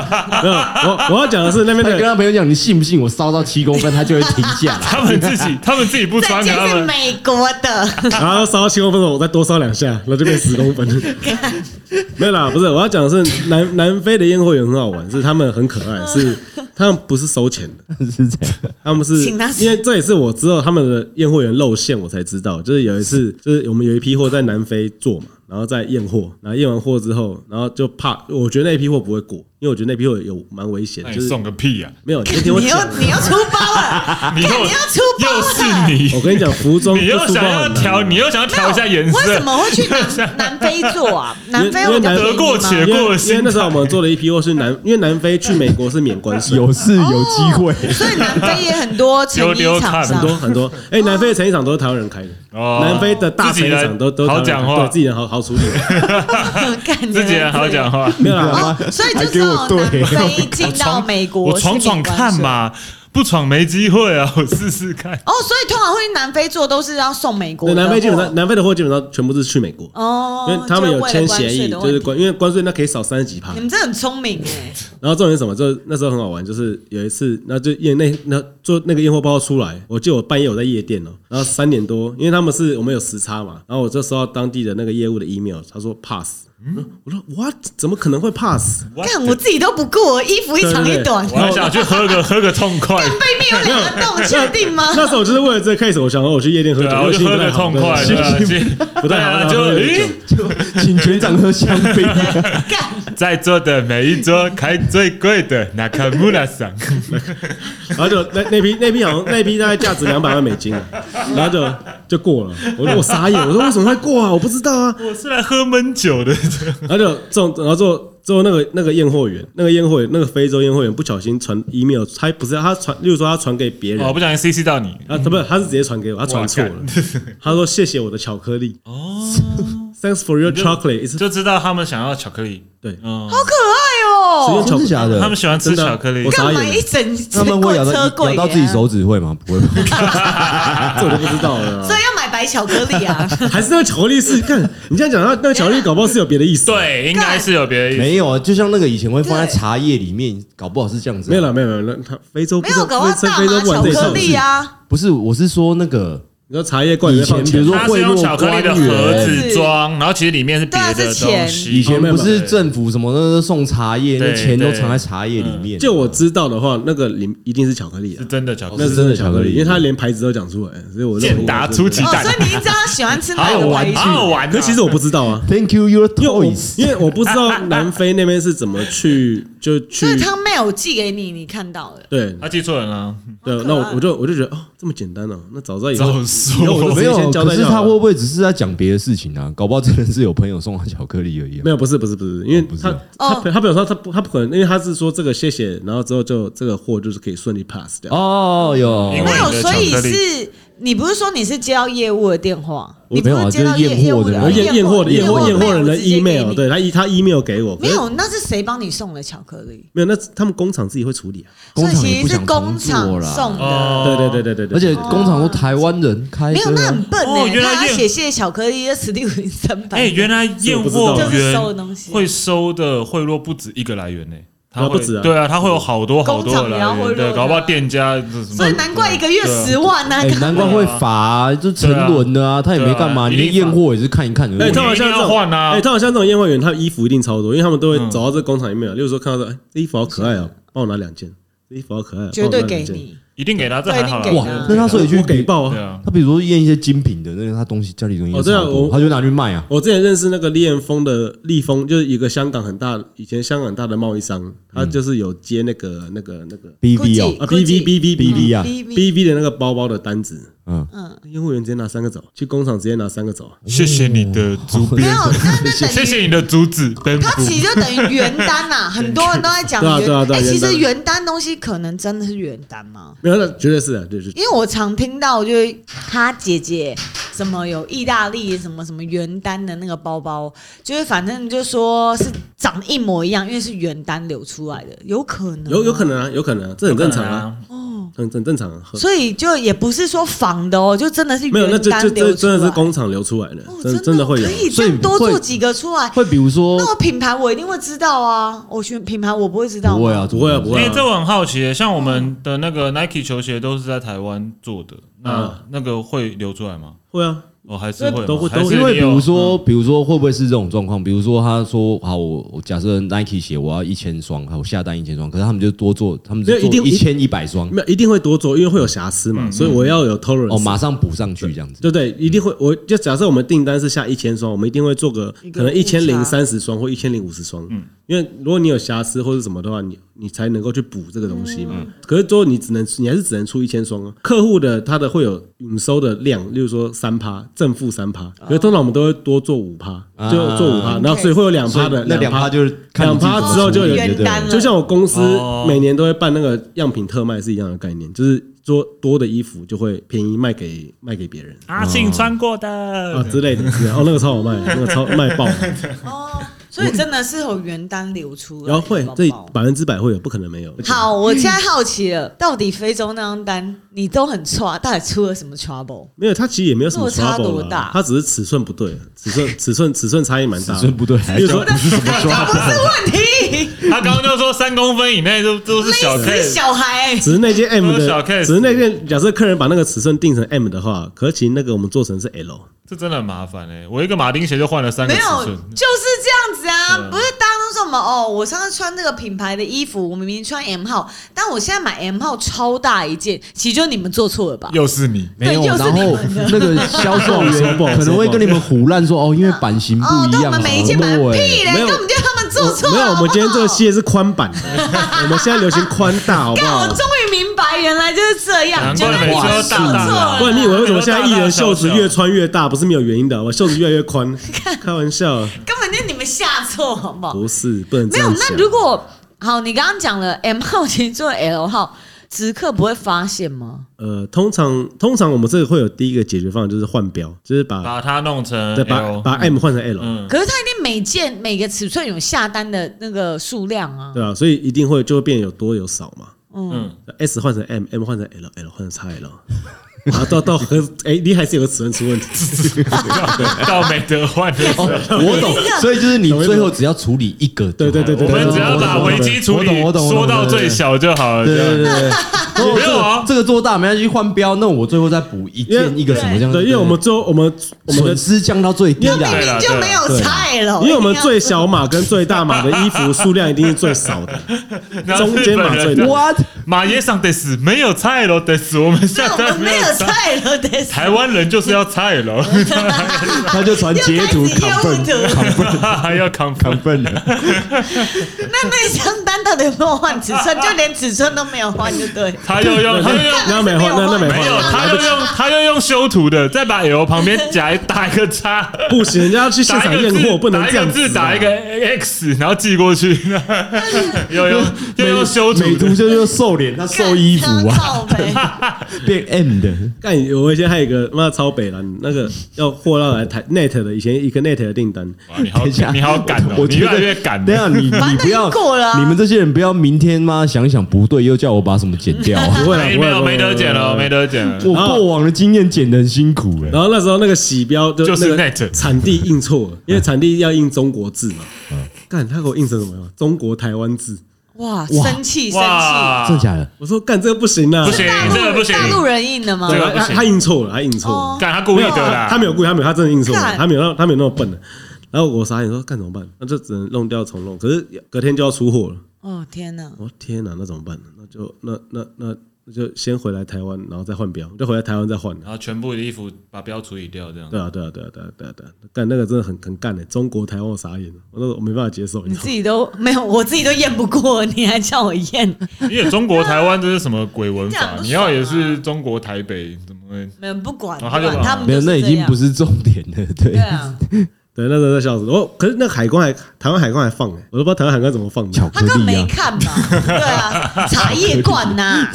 S3: 我我要讲的是那边
S2: 他跟
S3: 的，
S2: 他朋友讲，你信不信我烧到七公分，他就会停下来。
S5: 他们自己，他们自己不
S4: 这
S5: 穿，
S4: 件
S5: 他
S4: 是
S5: 们
S4: 美国的。
S3: 然后烧七公分，我再多烧两下，然后就变十公分。没有啦，不是，我要讲的是南南非的验货员很好玩，是他们很可爱，是他们不是收钱 的。
S2: 是这样，
S3: 他们是
S4: 请他吃
S3: 因为这也是我知道他们的验货员露馅，我才知道。就是有一次，就是我们有一批货在南非做嘛，然后在验货，然后验完货之后，然后就怕，我觉得那批货不会过，因为我觉得那批货有蛮危险
S5: 那
S3: 的，就
S5: 你
S3: 是
S5: 送个屁啊！
S3: 没有。你听我
S4: 你又
S3: 讲，
S4: 你又出包了，
S5: 你
S4: 看
S5: 又
S4: 你要出包
S5: 又
S4: 了。
S5: 是
S3: 我
S5: 你，
S3: 跟你讲，服装
S5: 你
S3: 不
S5: 又
S3: 出
S5: 想
S3: 包
S5: 要
S3: 很难
S5: 调，你又想要调一下颜
S4: 为什
S5: 色，
S4: 么会去南南非做啊？南非
S3: 因为
S4: 我比较
S3: 因为
S4: 便宜
S5: 得过
S4: 吗
S5: 且
S3: 因为
S5: 过的
S3: 因为
S5: 心
S3: 那时候我们做了一批货是南，因为南非去美国是免 关税，
S2: 有事有机会。
S4: 所以南非也很多成衣
S5: 丢丢
S4: 厂啊
S5: 看
S4: 商
S3: 很多，很多。哎，南非的成衣厂都是台湾人开的，
S5: 哦
S3: 南非的大
S5: 自
S3: 成
S5: 己
S3: 衣
S5: 人
S3: 厂都都是台
S5: 好
S3: 湾人
S5: 讲
S3: 开
S5: 话
S3: 对自己人好好处理，
S4: 感觉
S5: 自己啊 人好讲话。
S3: 没有啦。
S4: 哦，所以就
S2: 还
S4: 是
S2: 给我
S4: 那种
S2: 对
S4: 南非进到美国，
S5: 我闯闯看。嘛，不闯没机会啊， 我试试看。
S4: 哦，所以通常会去南非做都是要送美国
S3: 对，
S4: 的货，
S3: 哦南非基本上南非的货基本上全部是去美国，
S4: 哦，
S3: 因为他们有签协议，
S4: 就
S3: 就是
S4: 为
S3: 是
S4: 了关税的问题嗯
S3: 关，因为关税那可以少三十几趴
S4: 你。们这很聪明哎，
S3: 然后重点是什么？就是那时候很好玩，就是有一次，那就验那那做那个验货报告出来，我记得我半夜我在夜店哦，然后三点多，因为他们是我们有时差嘛，然后我就收到当地的那个业务的 email，他说 pass。
S5: 嗯
S3: 我说 what？怎么可能会怕死？
S4: 看我自己都不顾，我衣服一长一短，
S5: 我还想去喝 个喝个痛快，
S4: 背面有两个洞，确定吗？
S3: 那时候我就是为了这个 case，我想说我去夜店喝
S5: 对
S3: 酒，
S5: 啊，我就
S3: 心情
S5: 喝
S3: 不太好
S5: 个痛快，
S3: 心
S5: 对啊
S3: 情
S5: 就
S3: 不太好
S5: 对啊
S3: 然后
S5: 就
S3: 喝点酒
S5: 诶，
S2: 请全长喝香槟。
S5: 在座的每一桌开最贵的那卡穆拉桑，
S3: 然后就 那那批那批好像那批大概价值两百万美金啊，然后就就过了。我说我傻眼，我说为什么会过啊？我不知道啊。
S5: 我是来喝闷 酒的，
S3: 然后就这种，然后之后之后那个那个验货员，那个验货员，那个非洲验货员不小心传 email，他不是他传，例如说他传给别人
S2: 哦
S5: 我，哦不小心 CC 到你，
S3: 啊，他不是，他是直接传给我，他传错了
S5: 哇。
S3: 他说谢谢我的巧克力哦 ，Thanks for your chocolate，是
S5: 就知道他们想要巧克力，
S3: 对，
S5: 嗯，
S4: 好可爱哦、
S2: 真的假的？
S5: 他们喜欢吃
S3: 真的啊
S5: 巧克力
S3: 我，傻
S4: 干嘛一
S3: 眼，
S4: 整
S2: 他们会咬到
S4: 车柜、
S2: 咬到自己，手指会吗？不会吧。
S3: 这我就不知道了
S4: 所
S3: 啊。
S4: 以要买白巧克力啊！
S3: 还是那个巧克力是，看你这样讲，那那个巧克力搞不好是有别的意思。，
S5: 对，应该是有别的意思。
S2: 没有啊，就像那个以前会放在茶叶里面，搞不好是这样子啊。
S3: 没有了，没有没有，那他非洲不
S4: 没
S3: 是
S4: 有，搞不好
S3: 非
S4: 大
S3: 非洲
S4: 麻
S3: 不
S4: 巧
S3: 玩这一
S4: 克
S3: 套，
S4: 力啊，
S2: 不是，我是说那个
S3: 你说茶叶罐里
S2: 以
S3: 面
S2: 前，
S3: 放
S2: 比如
S3: 钱，
S2: 说
S5: 它是
S2: 贿
S5: 用
S2: 赂
S5: 巧克力的
S2: 官
S5: 盒
S2: 员，
S5: 子装，然后其实里面是别
S4: 对
S5: 的
S4: 啊是钱
S5: 东西。哦
S2: 以前不是
S5: 对
S2: 政府什么的送茶叶，那
S5: 对
S2: 钱都
S5: 对
S2: 藏在茶叶里面。
S3: 嗯就我知道的话，那个里一定是巧克力啊
S5: 是，真的巧克力
S3: 那
S2: 是真的巧克力
S3: 因为他连牌子都讲出来，所以我认为
S5: 健达
S3: 我是
S5: 出奇
S4: 哦，
S5: 蛋
S4: 所以你知道他喜欢吃哪
S5: 好
S4: 个
S5: 好玩，
S4: 牌
S5: 好好玩啊。
S3: 可是其实我不知道啊，
S2: Thank you, your
S3: 因为我
S2: toys。
S3: 因为我不知
S4: 啊
S3: 道南非那边是怎么去就去
S4: 所以他 mail 寄给你，你看到了。
S3: 对
S5: 他记错人了，
S3: 对，那我我就我就觉得哦，这么简单哦，那早知道以后
S5: 早说
S3: 以后我就
S2: 没
S3: 直接
S2: 有，
S3: 先交
S2: 可
S3: 代
S2: 是
S3: 就
S2: 他
S3: 好
S2: 会
S3: 了。
S2: 不会只是在讲别的事情啊？搞不好真的是有朋友送他巧克力而已啊。
S3: 没有，不是不是不是，因为
S2: 不是
S3: 他、他
S4: 哦
S3: 他他表说他不他不可能，因为他是说这个谢谢，然后之后就这个货就是可以顺利 pass 掉。
S2: 哦，有
S5: 因为
S4: 没有，所以
S5: 巧克力
S4: 是你不是说你是接到业务的电话，
S2: 我
S4: 你不
S2: 没有啊
S4: 是接到
S2: 就是
S4: 业
S2: 验货的
S4: 的
S2: 人
S3: 然后验验货的验货
S4: 货
S3: 验货人的
S4: mail 直接给
S3: email，
S4: 你
S3: 对他一他 email 给我，可
S4: 没
S3: 是
S4: 有，那是谁帮你送的巧克力？
S3: 没有，那是他们工厂自己会处理啊。
S2: 工
S4: 所
S2: 厂
S4: 以
S2: 也
S4: 其
S2: 不
S4: 实是
S2: 想
S4: 工
S2: 工作
S4: 厂送
S2: 啦。
S5: 哦，
S3: 对对对对对对，
S2: 而且工厂都台湾人开
S4: 没有，那
S2: 的
S4: 很
S2: 啊，
S4: 笨
S5: 哦
S4: 哎、
S5: 原来
S4: 那他
S5: 验
S4: 写谢谢巧克力，这史蒂文三百。
S5: 哎，原来验货
S4: 就是收的
S5: 员
S4: 东西
S5: 会收的贿赂不止一个来源呢，他
S3: 啊
S5: 会
S3: 不止啊
S5: 对啊，他会有好多好多的来
S4: 工厂也要贿
S5: 源，
S4: 赂
S5: 对，
S4: 的
S5: 搞不好店家这什么
S4: 所以难怪一个月
S5: 对啊
S4: 十万呢、啊
S2: 哎，难怪会罚啊，就沉沦的啊，他也没干嘛，
S5: 对
S2: 你
S5: 啊
S2: 的验货也是看一看而
S3: 哎，
S2: 已
S3: 他
S5: 这。
S3: 好像这
S5: 一定要
S3: 种
S5: 换啊
S3: 哎，他好像这种验货员，他衣服一定超多，因为他们都会走到这工厂里面，例如说看到说，哎，这衣服好可爱哦，帮我拿两件，这衣服好可爱哦，
S4: 绝
S3: 帮我
S4: 对
S3: 拿
S4: 给
S3: 两件。
S4: 你。
S5: 一定给他，这
S4: 对啊
S5: 还好啦
S4: 一定给
S2: 哇
S4: 他，
S2: 那他所以去
S3: 我给爆啊
S5: 对！啊，
S2: 他比如说验一些精品的，那个他东西家里东西
S3: 哦对啊
S2: 差不多
S3: 我
S2: 他就拿去卖啊。
S3: 我之前认识那个立彦峰的立峰，就是一个香港很大，以前香港很大的贸易商，他就是有接那个那个那个
S2: B
S4: 估计
S2: B 哦，
S3: 啊
S4: 估
S3: B
S4: 计
S3: V B V
S2: BV 啊
S4: B B
S3: B V 的那个包包的单子，
S2: 嗯，
S4: 嗯，
S3: 验货员直接拿三个走，去工厂直接拿三个走。啊
S5: 谢谢你的竹
S4: 没
S5: 编
S4: 有，，那 那
S5: 谢
S4: 等
S5: 谢
S4: 于
S5: 你的竹子灯
S4: 它其
S5: 符，
S4: 实就等于原单呐、 很多人都在讲
S3: 对啊
S4: 原
S3: 对啊
S4: 单。
S3: 对啊
S4: 哎、
S3: 原单
S4: 其实原单东西可能真的是原单吗？
S3: 没有，那绝对是的，对是。
S4: 因为我常听到，就是他姐姐什么有意大利什么什么原单的那个包包，就是反正就说是长一模一样，因为是原单流出来的，有可能、
S3: 有有可。能啊，有可能啊，这很正常啊，
S5: 啊，
S3: 很很正常啊。
S4: 哦所以就也不是说仿的哦，就真的是
S3: 没有，那
S4: 原
S3: 就就
S4: 单
S3: 这
S4: 流出来。
S3: 真的是工厂流出来的
S4: 哦，
S3: 真
S4: 真
S3: 的会有
S4: 可。以
S2: 所
S4: 这
S2: 以
S4: 样多
S2: 会
S4: 做几个出来。
S2: 会比如说
S4: 那我品牌我一定会知道啊，我选品牌我不会知道吗
S2: 不会啊，
S3: 不会啊，不会
S5: 哎，
S3: 啊。
S5: 这我很好奇耶，像我们的那个 Nike 球鞋都是在台湾做的，那
S3: 嗯
S5: 那个会流出来吗？
S3: 会啊，
S5: 哦，还是会吗
S3: 都会
S5: 还是
S3: 都会
S2: 因为
S5: 你
S2: 比
S5: 有
S2: 如说，比如说会不会是这种状况？比如说他说好，我我假设 Nike 鞋我要一千双，好，我下单一千双，可是他们就多做，他们就
S3: 没有一定
S2: 做一千一百双，
S3: 没有一定会多做，因为会有瑕疵嘛，所以我要有 tolerance。
S2: 哦，马上补上去这样子。
S3: 对不对，一定会。我就假设我们订单是下一千双，我们一定会做个
S4: 一个
S3: 可能一
S4: 误差
S3: 千零三十双或一千零五十双。嗯，因为如果你有瑕疵或者什么的话，你你才能够去补这个东西嘛。
S2: 嗯
S3: 可是最后你只能你还是只能出一千双啊。客户的他的会有营收的量，例如说三趴正负三趴，可是通常我们都会多做五趴，就做五趴，然后所以会有两
S2: 啊所以
S3: 趴的
S2: 那两趴
S3: 趴
S2: 就是看你
S3: 两
S2: 自己
S3: 趴
S2: 怎么
S3: 之后
S2: 处
S3: 就
S2: 理
S3: 有
S4: 原
S2: 对
S4: 单了
S3: 就像我公司
S5: 哦
S3: 每年都会办那个样品特卖是一样的概念，就是做多的衣服就会便宜卖给卖给别人。
S5: 阿信穿过
S3: 啊
S5: 的，
S3: 之类的，之类 的哦，那个超好卖，那个超卖 爆，
S4: 哦，所以真的是有原单流出来
S3: 然
S4: 的
S3: 后
S4: 包包。
S3: 会这百分之百会有，不可能没有。
S4: 好，我现在好奇了，到底非洲那张单你都很差，到底出了什么 trouble？
S3: 没有，它其实也没有什么
S4: 落差
S3: trouble
S4: 多
S3: 啦
S4: 大
S3: 它只是尺寸不 对，尺寸尺寸尺寸差异蛮大
S2: 尺
S3: 的。
S2: 寸不对，还
S3: 比如
S2: 讲
S3: 说
S2: 不是什么
S4: 哎，这不是问题，
S5: 他刚刚就说三公分以内都都是小
S4: 累
S5: case，
S4: 死小孩、
S3: 只是那件 M
S5: 都是小
S3: 的，
S5: case
S3: 只是那件假设客人把那个尺寸定成 M 的话，可其实那个我们做成是 L。
S5: 这真的很麻烦哎、我一个马丁鞋就换了三个
S4: 没
S5: 尺
S4: 有，
S5: 寸，
S4: 就是这样子啊！
S5: 嗯
S4: 不是大家都说什么哦，我上次穿这个品牌的衣服，我明明穿 M 号，但我现在买 M 号超大一件，其实就你们做错了吧？
S5: 又是你。
S2: 没有，
S4: 对又是
S2: 然
S4: 你
S2: 后
S4: 们
S2: 那
S4: 的
S2: 个销售员可能会跟你们胡乱说哦，因为版型不
S4: 哦，
S2: 一
S4: 但我
S2: 样，
S4: 们每一件买
S2: 好 low
S4: 屁
S2: 欸
S4: 嘞，
S3: 没
S4: 根
S3: 有
S4: 本就他们做错了。
S3: 没有，我
S4: 好不
S3: 们
S4: 好
S3: 今天这个系是宽版 的，我们现在流行宽大，好不
S4: 干，我
S3: 好？
S4: 终于明白，原来就是这样，
S5: 难
S4: 觉
S5: 怪
S4: 得
S5: 每
S4: 你
S5: 次
S4: 们
S5: 都
S4: 做
S5: 大
S4: 错
S5: 大
S4: 了。
S5: 的
S3: 不然你以为为什么现在艺人袖子
S5: 大大小小
S3: 越穿越大？不是没有原因的，我袖子越来越 宽，开玩笑，
S4: 根本就你们下错，好不好？
S3: 不是不能这
S4: 哦没有，
S3: 样
S4: 那
S3: 想。
S4: 如果好，你刚刚讲了 M 号其实做 L 号，直客不会发现吗？
S3: 呃，通常通常我们这个会有第一个解决方案就是换标，就是把
S5: 把它弄成
S3: 对把
S5: L，
S3: 把 M 换成 L，
S5: 嗯，
S4: 可是他一定每件每个尺寸有下单的那个数量啊。
S3: 对啊，所以一定会就会变有多有少嘛。
S5: 嗯
S3: ，S 换成 M，M 换成 L，L 换成 XL，然后到到和哎，你还是有个尺寸出问题。
S5: 到美德换的时候，
S2: 我懂，所以就是你最后只要处理一个就好了，
S3: 对对对对
S5: 我们
S3: 对
S5: 只要把
S2: 我懂
S5: 危机处理
S2: 我懂我懂我懂
S5: 缩到最小就好了。
S2: 对
S5: 这
S2: 对
S5: 样
S2: 对 对，对
S5: 没有啊
S2: 这个这个做大没关系，换标，那我最后再补一
S3: 因
S2: 件
S3: 为
S2: 一个什么这样，
S3: 对，因为我们最后我们我们的
S2: 损失降到最低
S3: 因
S4: 明
S2: 啦
S5: 为。
S4: 明就没有菜了，
S3: 啊因为我们最小码跟最大码的衣服数量一定是最少 的，
S5: 然后
S3: 中
S5: 日
S3: 间
S5: 本
S3: 码
S5: 人
S3: 最
S5: 就
S3: 多
S2: What？
S5: 马耶上得死，没有菜了得死，我们
S4: 对
S5: 下
S4: 我们
S5: 单
S4: 没有
S5: 菜。
S4: 菜了的。
S5: 台湾人就是要菜了，
S2: 他就传截图
S4: 又开始业务
S2: confirm
S4: 图
S2: confirm
S5: 还要 confirm。
S2: confirm 了
S4: 那那箱单到底有没有换尺寸？就连尺寸都没有换，就对。
S5: 他又用他又用
S3: 那没换，那那没
S5: 没有，
S3: 换，
S5: 他又用他又用修图的，再把 L 旁边夹一打一个叉，
S3: 不行，人家要去现
S5: 打
S3: 场
S5: 一个
S3: 验货，
S5: 字，
S3: 不能
S5: 打一
S3: 这
S5: 个
S3: 样子啊
S5: 字，打一个 X，然后寄过去。 又用 又用修图
S2: 美
S5: 的
S2: 图，就就瘦脸，他瘦衣服啊，
S4: 超靠北
S2: 变 M 的，
S3: 干，我以前还有一个妈超北蓝，那个要货到来台 net 的，以前一个 net 的订单，
S5: 哇你好
S2: 等一下，
S5: 你好赶哦，
S2: 我
S5: 你
S2: 觉
S5: 越来
S2: 得
S5: 越赶
S2: 等一
S5: 了。
S2: 下你你不要
S4: 反正已经过了啊
S2: 你们这些人不要明天妈想想不对，又叫我把什么剪 掉啊。
S3: 不会了，
S5: 没
S3: 不
S5: 没
S3: 会
S5: 有
S3: 了
S5: 没得剪了，没。
S3: 不会了
S5: 得剪了。
S2: 我过往的经验剪得很辛苦哎
S3: 然，后那时候那个洗标就
S5: 就是
S3: 那个
S5: net
S3: 产地印错了，因为产地要印中国字嘛。
S5: 嗯
S3: 干，他给我印成什么呀？中国台湾字。
S4: 哇，生气生
S5: 啊
S4: 气！
S2: 真的假的？
S3: 我说干，这个不行啊！
S5: 不行
S4: 大
S5: 这个不
S4: 陆
S5: 行
S4: 大陆人印的吗
S5: 这？
S3: 对
S5: 个
S3: 啊，
S5: 不
S3: 他
S5: 行
S3: 他印错了，他印错
S4: 哦
S3: 了。
S5: 干他故意
S3: 没有
S5: 的啦，
S3: 他没有故意，他没有，他真的硬错
S4: 干
S3: 了，他没有那他没有那么笨的。然后我傻眼说干怎么办？那就只能弄掉重弄。可是隔天就要出货了，
S4: 哦天哪！
S3: 我说天哪，那怎么办呢？那就那那那那就先回来台湾，然后再换标，就回来台湾再换啊
S5: 然后全部的衣服把标处理掉，这样。
S3: 对啊，对啊，对啊，对啊，对啊，对啊，干那个真的很很干的、中国台湾我傻眼了，我那个我没办法接受，你
S4: 你
S3: 知道
S4: 自
S3: 吗？
S4: 己都没有，我自己都验不过，你还叫我验？
S5: 因为中国台湾这是什么鬼文
S4: 这
S5: 法
S4: 样？不爽啊
S5: 你要也是中国台北，怎么会？
S4: 没有不管，
S5: 哦他就
S4: 不管他们
S2: 没有，
S4: 就是
S2: 那已
S4: 这
S2: 经
S4: 样
S2: 不是重点了，对
S4: 对。啊。
S3: 对，那时候在笑死我。可是那个海关还台湾海关还放哎、我都不知道台湾海关怎么放
S2: 巧
S3: 的。
S4: 他
S2: 克
S4: 根本
S2: 力
S4: 没
S2: 啊，
S4: 看嘛，对 啊，茶叶罐呐、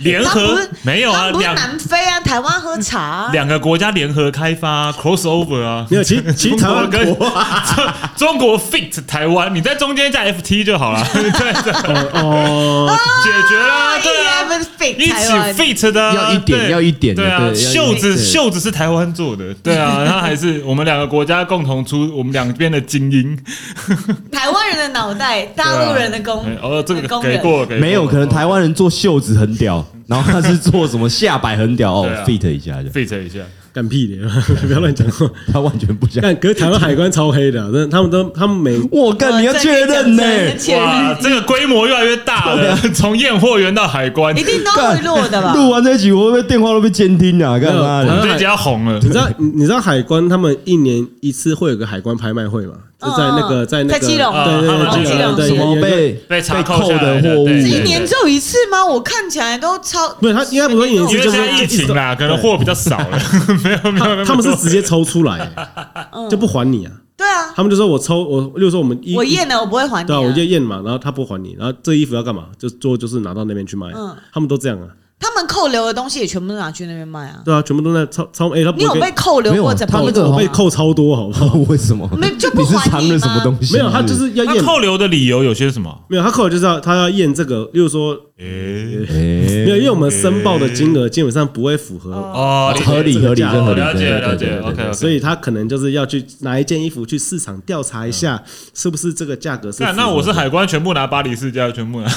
S5: 联
S4: 他不
S5: 合
S4: 是
S5: 没有啊，
S4: 他不是
S5: 两
S4: 南非啊，台湾喝茶啊、
S5: 两个国家联合开发啊 crossover 啊，
S3: 没有，其实其实台湾
S5: 中国
S3: 国
S5: 跟
S2: 啊
S5: 中国 fit 台湾，你在中间加 FT 就好了，对，
S3: 哦，
S5: 解决啦，对
S4: 啊
S5: 啊，一
S4: fit
S5: 起
S4: 台湾，
S5: fit 的啊，
S2: 要一点
S5: 对
S2: 要一点的
S5: 对啊，
S2: 对要一
S5: 袖子
S2: 对
S5: 袖子是台湾做的，对啊，然后还是我们两个国家共同出我们两边的精英，
S4: 台湾人的脑袋，大陆人的功
S5: 哎，哦，这个
S4: 功
S5: 给
S4: 能
S5: 过，给过哦
S2: 没有，可能台湾人做袖子很屌，然后他是做什么下摆很屌哦
S5: 对啊
S2: ，fit 一下就，
S5: fit 一下，
S3: 干屁的，不要乱讲话。
S2: 他完全不想。
S3: 干，可是台湾海关超黑的、啊，真的，他们都他们每
S2: 我干，你要确认呢、
S4: 真的确
S5: 哇，
S4: 认
S5: 这个规模越来越大
S2: 对
S5: 了，从验货员到海关
S4: 一，定都会
S2: 干
S4: 落的吧？
S2: 录完这一集，我会不会电话都被监听啊？干嘛
S3: 没
S5: 我
S3: 有
S5: 们
S2: 的？
S5: 这家红了
S3: 你。知道，你知道海关他们一年一次会有个海关拍卖会嘛？就在那个
S4: 嗯
S3: 在那个
S4: 在基隆
S3: 对
S5: 啊他
S3: 对
S5: 们基隆
S3: 对对，
S2: 什么
S3: 有一个
S2: 被
S5: 被查扣
S2: 扣
S5: 下来
S2: 的
S5: 的
S2: 货物？
S5: 对
S4: 一
S5: 对
S4: 年只有一次吗？我看起来都超，
S3: 不是他应该不会一年一
S5: 因
S3: 次
S5: 为
S3: 就
S5: 现
S3: 是
S5: 在疫情啦，可能货比较少了，没有没有没有没
S3: 他
S5: 有，
S3: 他们是直接抽出来、 就不还你啊。
S4: 嗯对啊，
S3: 他们就说我抽我，例如说我们一
S4: 我验了我不会还你、
S3: 对啊，我就
S4: 啊。
S3: 验嘛，然后他不还你，然后这衣服要干嘛？就最后就是拿到那边去卖啊、
S4: 嗯
S3: 他们都这样啊，
S4: 他们扣留的东西也全部都拿去那边卖啊。
S3: 对啊，全部都在超超哎，他不
S4: 你有
S3: 会
S4: 被
S3: 给
S4: 扣哦留
S2: 没有
S4: 过怎么
S2: 他那个
S4: 做
S2: 好
S3: 我
S4: 吗
S2: 像
S3: 被扣超多，好不好？
S2: 为什么？
S4: 没就不
S2: 你是
S4: 还
S2: 藏
S4: 你
S2: 了什么
S4: 吗
S2: 东西？
S3: 没有，他就是要
S5: 那
S3: 验，
S5: 扣留的理由有些什么？
S3: 没有他扣就是要他要验这个，例如说
S5: 诶，
S2: 哎
S3: 没有，因为我们申报的金额基本上不会符合，
S5: 哦，理解
S2: 合理合理，
S3: 这个价
S2: 这合理，
S5: 了解
S2: 对对
S5: 了解
S2: 对对对
S5: OK，OK
S3: 所以他可能就是要去拿一件衣服去市场调查一下，是不是这个价格是符
S5: 那
S3: 合的。
S5: 那我是海关全部拿巴黎世家全部拿，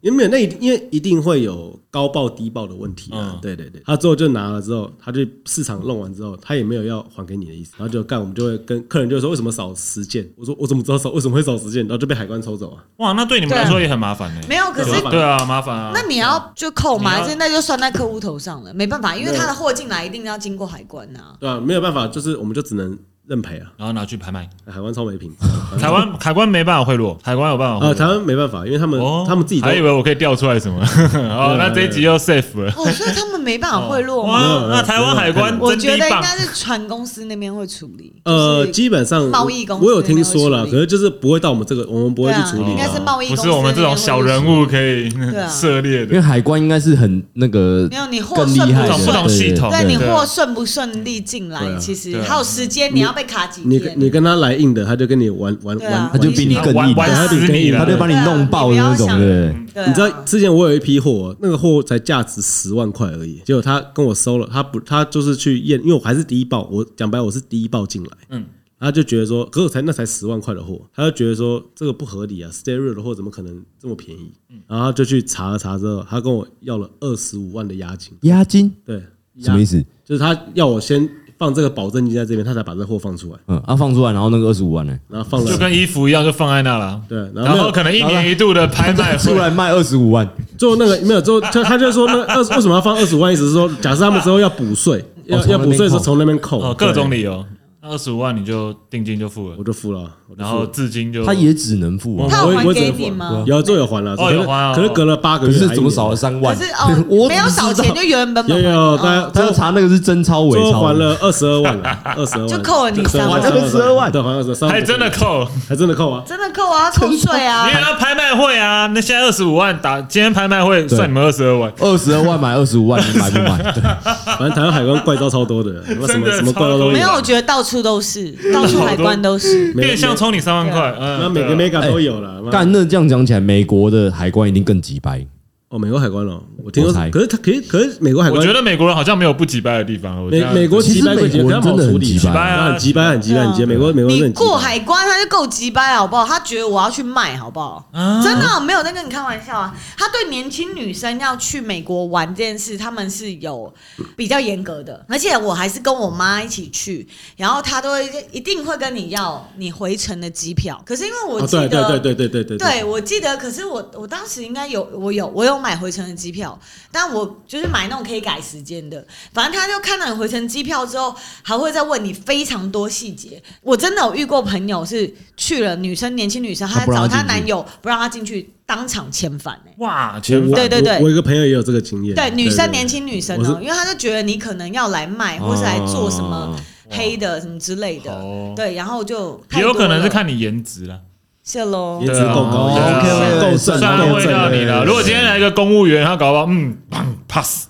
S3: 因为没有，那一定因为一定会有高报低报的问题啊。
S5: 嗯
S3: 对对对，他最后就拿了之后，他就市场弄完之后，他也没有要还给你的意思，然后就干，我们就会跟客人就会说为什么少十件？我说我怎么知道少为什么会少十件？然后就被海关抽走啊。
S5: 哇，那对你们来说也很麻烦呢。
S4: 没有，可是
S5: 对啊对啊，麻烦啊。
S4: 那你要就扣吗？
S5: 你要
S4: 还是那就算在客户头上了？没办法，因为
S3: 对
S4: 他的货进来一定要经过海 关呐、
S3: 对啊，没有办法，就是我们就只能认赔啊。
S5: 然后拿去拍卖，
S3: 海关超没品，
S5: 台湾海关没办法贿赂，海关有办法贿
S3: 呃，
S5: 赂。
S3: 台湾没办法，因为他们、
S5: 哦，
S3: 他们自己都啊
S5: 还以为我可以调出来什么， 哦，那这一集又 safe 了。
S4: 哦，所以他们没办法贿赂吗？
S5: 哇，那台湾海关
S4: 我
S5: 真
S4: 觉
S5: 第一
S4: 得应
S5: 棒，
S4: 该是船公司那边会处理。
S3: 呃，
S4: 就是
S3: 基本上
S4: 贸易公司
S3: 我有听说了，
S4: 那边会处理
S3: 可是就是不会到我们这个，我们不会
S4: 对
S3: 去
S4: 啊
S3: 处理
S4: 应
S3: 的、
S4: 该是贸易公
S5: 哦不
S4: 司
S5: 是我们这种小人物可以
S4: 对啊
S5: 涉猎
S2: 因为
S5: 的。
S2: 海关应该是很那个
S4: 没有你货
S2: 更厉
S4: 顺
S2: 害的，
S5: 不同系统
S4: 对你
S5: 对
S4: 货顺不顺利进来，
S3: 对啊
S4: 其实
S5: 对啊
S4: 还有时间，你要被卡几
S3: 你
S4: 天。
S3: 你跟他来硬的，他就跟你玩玩
S4: 对
S3: 玩，
S4: 啊
S3: 玩
S2: 他就比你更
S5: 玩
S2: 硬，
S5: 玩
S2: 他就
S5: 死你了
S3: 啊
S2: 他就把你弄爆的那种，
S4: 对啊
S2: 对
S4: 你
S2: 不
S4: 不
S2: 对？
S4: 对啊
S3: 你知道之前我有一批货，那个货才价值十万块而已，结果他跟我收了，他不，他就是去验，因为我还是第一报，我讲白我是第一报进来，嗯，他就觉得说，可是我才那才十万块的货，他就觉得说这个不合理啊，stereo 的货怎么可能这么便宜？然后他就去查了查之后，他跟我要了二十五万的押金，
S2: 押金
S3: 对，
S2: 什么意？思？
S3: 就是他要我先放这个保证金在这边，他才把这货放出来，
S2: 嗯，啊，放出来，然后那个二十五万呢？
S3: 然后放了
S5: 就跟衣服一样，就放在那了。
S3: 对啊然后
S5: 然后可能一年一度的拍卖
S2: 出
S5: 会，
S2: 来卖二十五万，
S3: 最后那个没有，最后他他就说那 二为什么要放二十万？意思是说，假设他们之后要补税，要
S2: 从那边
S3: 要补税的时候
S2: 扣
S3: 从那边扣
S5: 哦，，各种
S3: 对
S5: 理由，二十五万你就定金就付了
S3: 我，就付了啊，我就
S5: 然
S3: 付
S5: 后
S3: 了
S5: 至今就
S2: 他也只能付啊。
S4: 他有
S3: 我
S4: 还
S3: 我
S4: 给
S3: 只能
S4: 你
S3: 付
S4: 吗？
S3: 有最有还了，
S5: 哦
S3: 可是
S5: 有还啊
S3: 可是隔了八个
S2: 可
S3: 月，
S2: 是怎么少了？三
S4: 可
S2: 万？
S4: 是
S2: 我
S4: 哦，没有少
S2: 只知
S4: 钱
S2: 道
S4: 就原本
S3: 有
S4: 本
S3: 有，大
S4: 哦
S3: 家
S2: 他要查那个是真钞伪
S3: 最后
S2: 钞，
S3: 还了二十二 万了，二十二万
S4: 就扣了你三
S2: 还
S4: 万
S2: 这，个12万
S3: 对，还二十三，
S5: 还真的扣。
S3: 还真的扣啊，
S4: 真的扣啊，扣税啊
S5: 因为。他拍卖会啊，那现在二十五万打，今天拍卖会
S2: 对
S5: 算你们二十二万，
S2: 二十二万买二十五万，你买不 买？
S3: 啊
S2: 对，
S3: 反正台湾海关怪招超多的，什么什么
S5: 真的
S3: 什么怪招
S5: 超
S3: 都
S5: 多
S4: 没
S5: 的
S4: 有，我觉得到处 都是，到处海关都是。
S3: 每
S5: 变相抽你三万块。嗯，
S3: 那每
S5: 对啊
S3: 个 mega 都有了，妈
S2: 但那这样讲起来，美国的海关一定更急掰。
S3: 哦，美国海关了，我听说
S2: 我猜，
S3: 可是他可是可是美国海
S5: 我
S3: 关
S5: 觉。得美国人好像没有不几百的地方。我
S3: 美
S5: 这样
S3: 美国
S2: 其实
S3: 几百块钱，
S2: 美国
S3: 可他
S2: 人
S3: 们好
S2: 真的很
S3: 处理
S2: 急掰
S5: 啊
S3: 那很急掰，很急掰，很急掰。美国美国人
S4: 啊你
S3: 很急掰
S4: 过海关他就够急掰了好不好？他觉得我要去卖好不好？
S3: 啊
S4: 真的、啊没有在跟你开玩笑啊！他对年轻女生要去美国玩这件事，他们是有比较严格的，而且我还是跟我妈一起去，然后他都会一定会跟你要你回程的机票。可是因为我
S3: 啊，
S4: 记
S3: 对
S4: 得，
S3: 对对对对对对
S4: 对，我记得，可是我我当时应该有，我有我有买回程的机票，但我就是买那种可以改时间的。反正他就看到你回程机票之后，还会再问你非常多细节。我真的有遇过朋友是去了女生年轻女生，
S2: 他
S4: 她
S2: 不让她
S4: 找她
S2: 进去
S4: 男友不让她进去，当场遣返欸
S5: 哇，全
S3: 我
S4: 对对对
S3: 我我有一个朋友也有这个经验，
S4: 对，女生年轻女生
S3: 我
S4: 哦、
S3: 是
S4: 因为他就觉得你可能要来卖，或是来做什么黑的什么之类的
S5: 哦，
S4: 对，然后就太
S5: 也有
S4: 多
S5: 可能是
S4: 了
S5: 看你颜值啦，
S4: 谢喽
S3: 颜。值够高
S2: 对啊
S3: 颜值
S2: OK，OK，
S3: 够
S2: 算
S3: 正，
S5: 哦算
S2: 了
S3: 够
S5: 会
S3: 正
S5: 到你了。如果今天来一个公务员，他搞不好嗯砰 pass，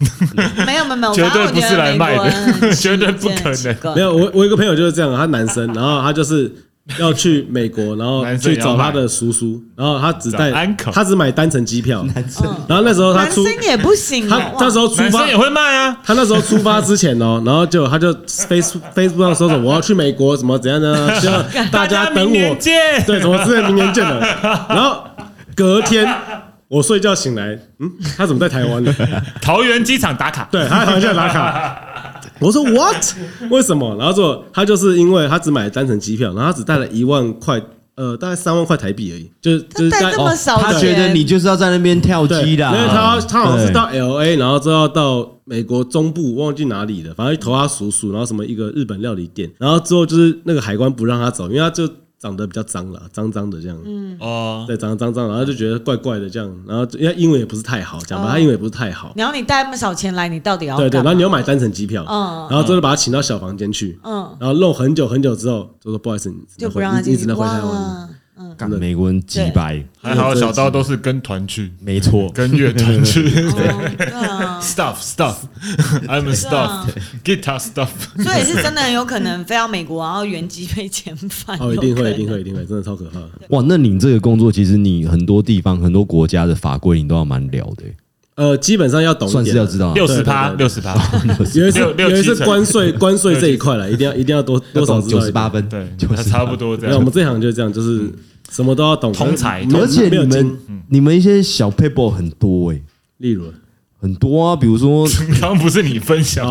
S4: 没有没有没有，
S5: 绝
S4: 反正
S5: 对
S4: 我
S5: 不
S4: 觉
S5: 是
S4: 得
S5: 来
S4: 美
S5: 卖
S4: 国
S5: 的
S4: 人很 奇
S5: 绝对不
S4: 见
S5: 可
S4: 奇
S5: 能
S4: 怪
S3: 没有，我我有一个朋友就是这样，他男生，然后他就是要去美国，然后
S5: 男生
S3: 去
S5: 要
S3: 找
S5: 买
S3: 他的叔叔，然后他只带
S5: 找 uncle
S3: 他只买单程机票，
S4: 嗯
S3: 然后那时候他
S4: 男
S3: 出
S4: 生也不行
S3: 他
S4: 啊，
S3: 那时
S4: 候
S3: 候出
S5: 男
S3: 发
S5: 生也会卖啊。
S3: 他那时候出发之前 哦，然后就他就 Facebook Facebook 上说什么我要去美国，怎么怎样呢？ 希望大家等
S5: 明
S3: 我
S5: 年，见。
S3: 对，怎么之类，明年见 了。然后隔天我睡觉醒来，嗯，他怎么在台湾 呢？
S5: 桃园机场打卡，
S3: 对，他好像打卡。我说 what？为什么？然后说他就是因为他只买了单程机票，然后他只带了一万块，呃，大概三万块台币而已，就是就是
S4: 他带这么少
S2: 他觉得你就是要在那边跳
S3: 哦对，
S2: 机
S3: 因为
S2: 的，啊
S3: 他他好像是
S2: 对
S3: 到 L A，然后之后到美国中部，忘记哪里了，反正投他叔叔，然后什么一个日本料理店，然后之后就是那个海关不让他走，因为他就长得比较脏了，脏脏的这样，
S4: 嗯
S5: 哦，
S3: 对，长得脏脏，然后就觉得怪怪的这样，然后因为他英文也不是太好，
S4: 哦
S3: 讲吧，他英文也不是太好，
S4: 然后你带那么少钱来，你到底要
S3: 对对，
S4: 干
S3: 然
S4: 嘛
S3: 后你又买单程机票，
S4: 嗯
S3: 然后之后就把他请到小房间去，
S4: 嗯
S3: 然后弄很久很久之后，就说不好意思，你只能
S4: 就不
S3: 回
S4: 让他
S3: 你
S4: 进
S3: 你只
S4: 去
S3: 能回台湾了。
S4: 哇
S2: 干美国人鸡掰，
S5: 还好小刀都是跟团去，
S2: 没错，
S5: 跟乐团去。
S4: 哦对啊，
S5: Stuff, stuff, I'm a stuff, guitar stuff。
S4: 所以是真的很有可能飞到美国，然后原籍被 遣返。
S3: 哦，一定会，一定
S4: 会。
S3: 会，一定会，真的超可怕的。
S2: 哇，那你这个工作，其实你很多地方、很多国家的法规你都要蛮了的、
S3: 呃，基本上要懂一点
S2: 算
S3: 啊，
S2: 是要知道。
S5: 六十趴，
S3: 对
S5: 六十趴，
S3: 有一次
S5: 六六
S3: 有一次
S5: 七成
S3: 关税关税这一块了，一定要一定要多多少知道
S2: 九
S3: 一
S2: 十
S3: 点
S2: 八分，
S5: 对，
S2: 98
S5: 差不。多这
S3: 没有，我们
S5: 样。
S3: 这行就是这样，就是什么都要懂。
S5: 同才
S3: 没有
S2: 而且
S3: 没有
S2: 你
S3: 经
S2: 们你们一些小 paper 很多哎、
S3: 例 如
S2: 很多啊，比如 说
S5: 刚刚不是你分享，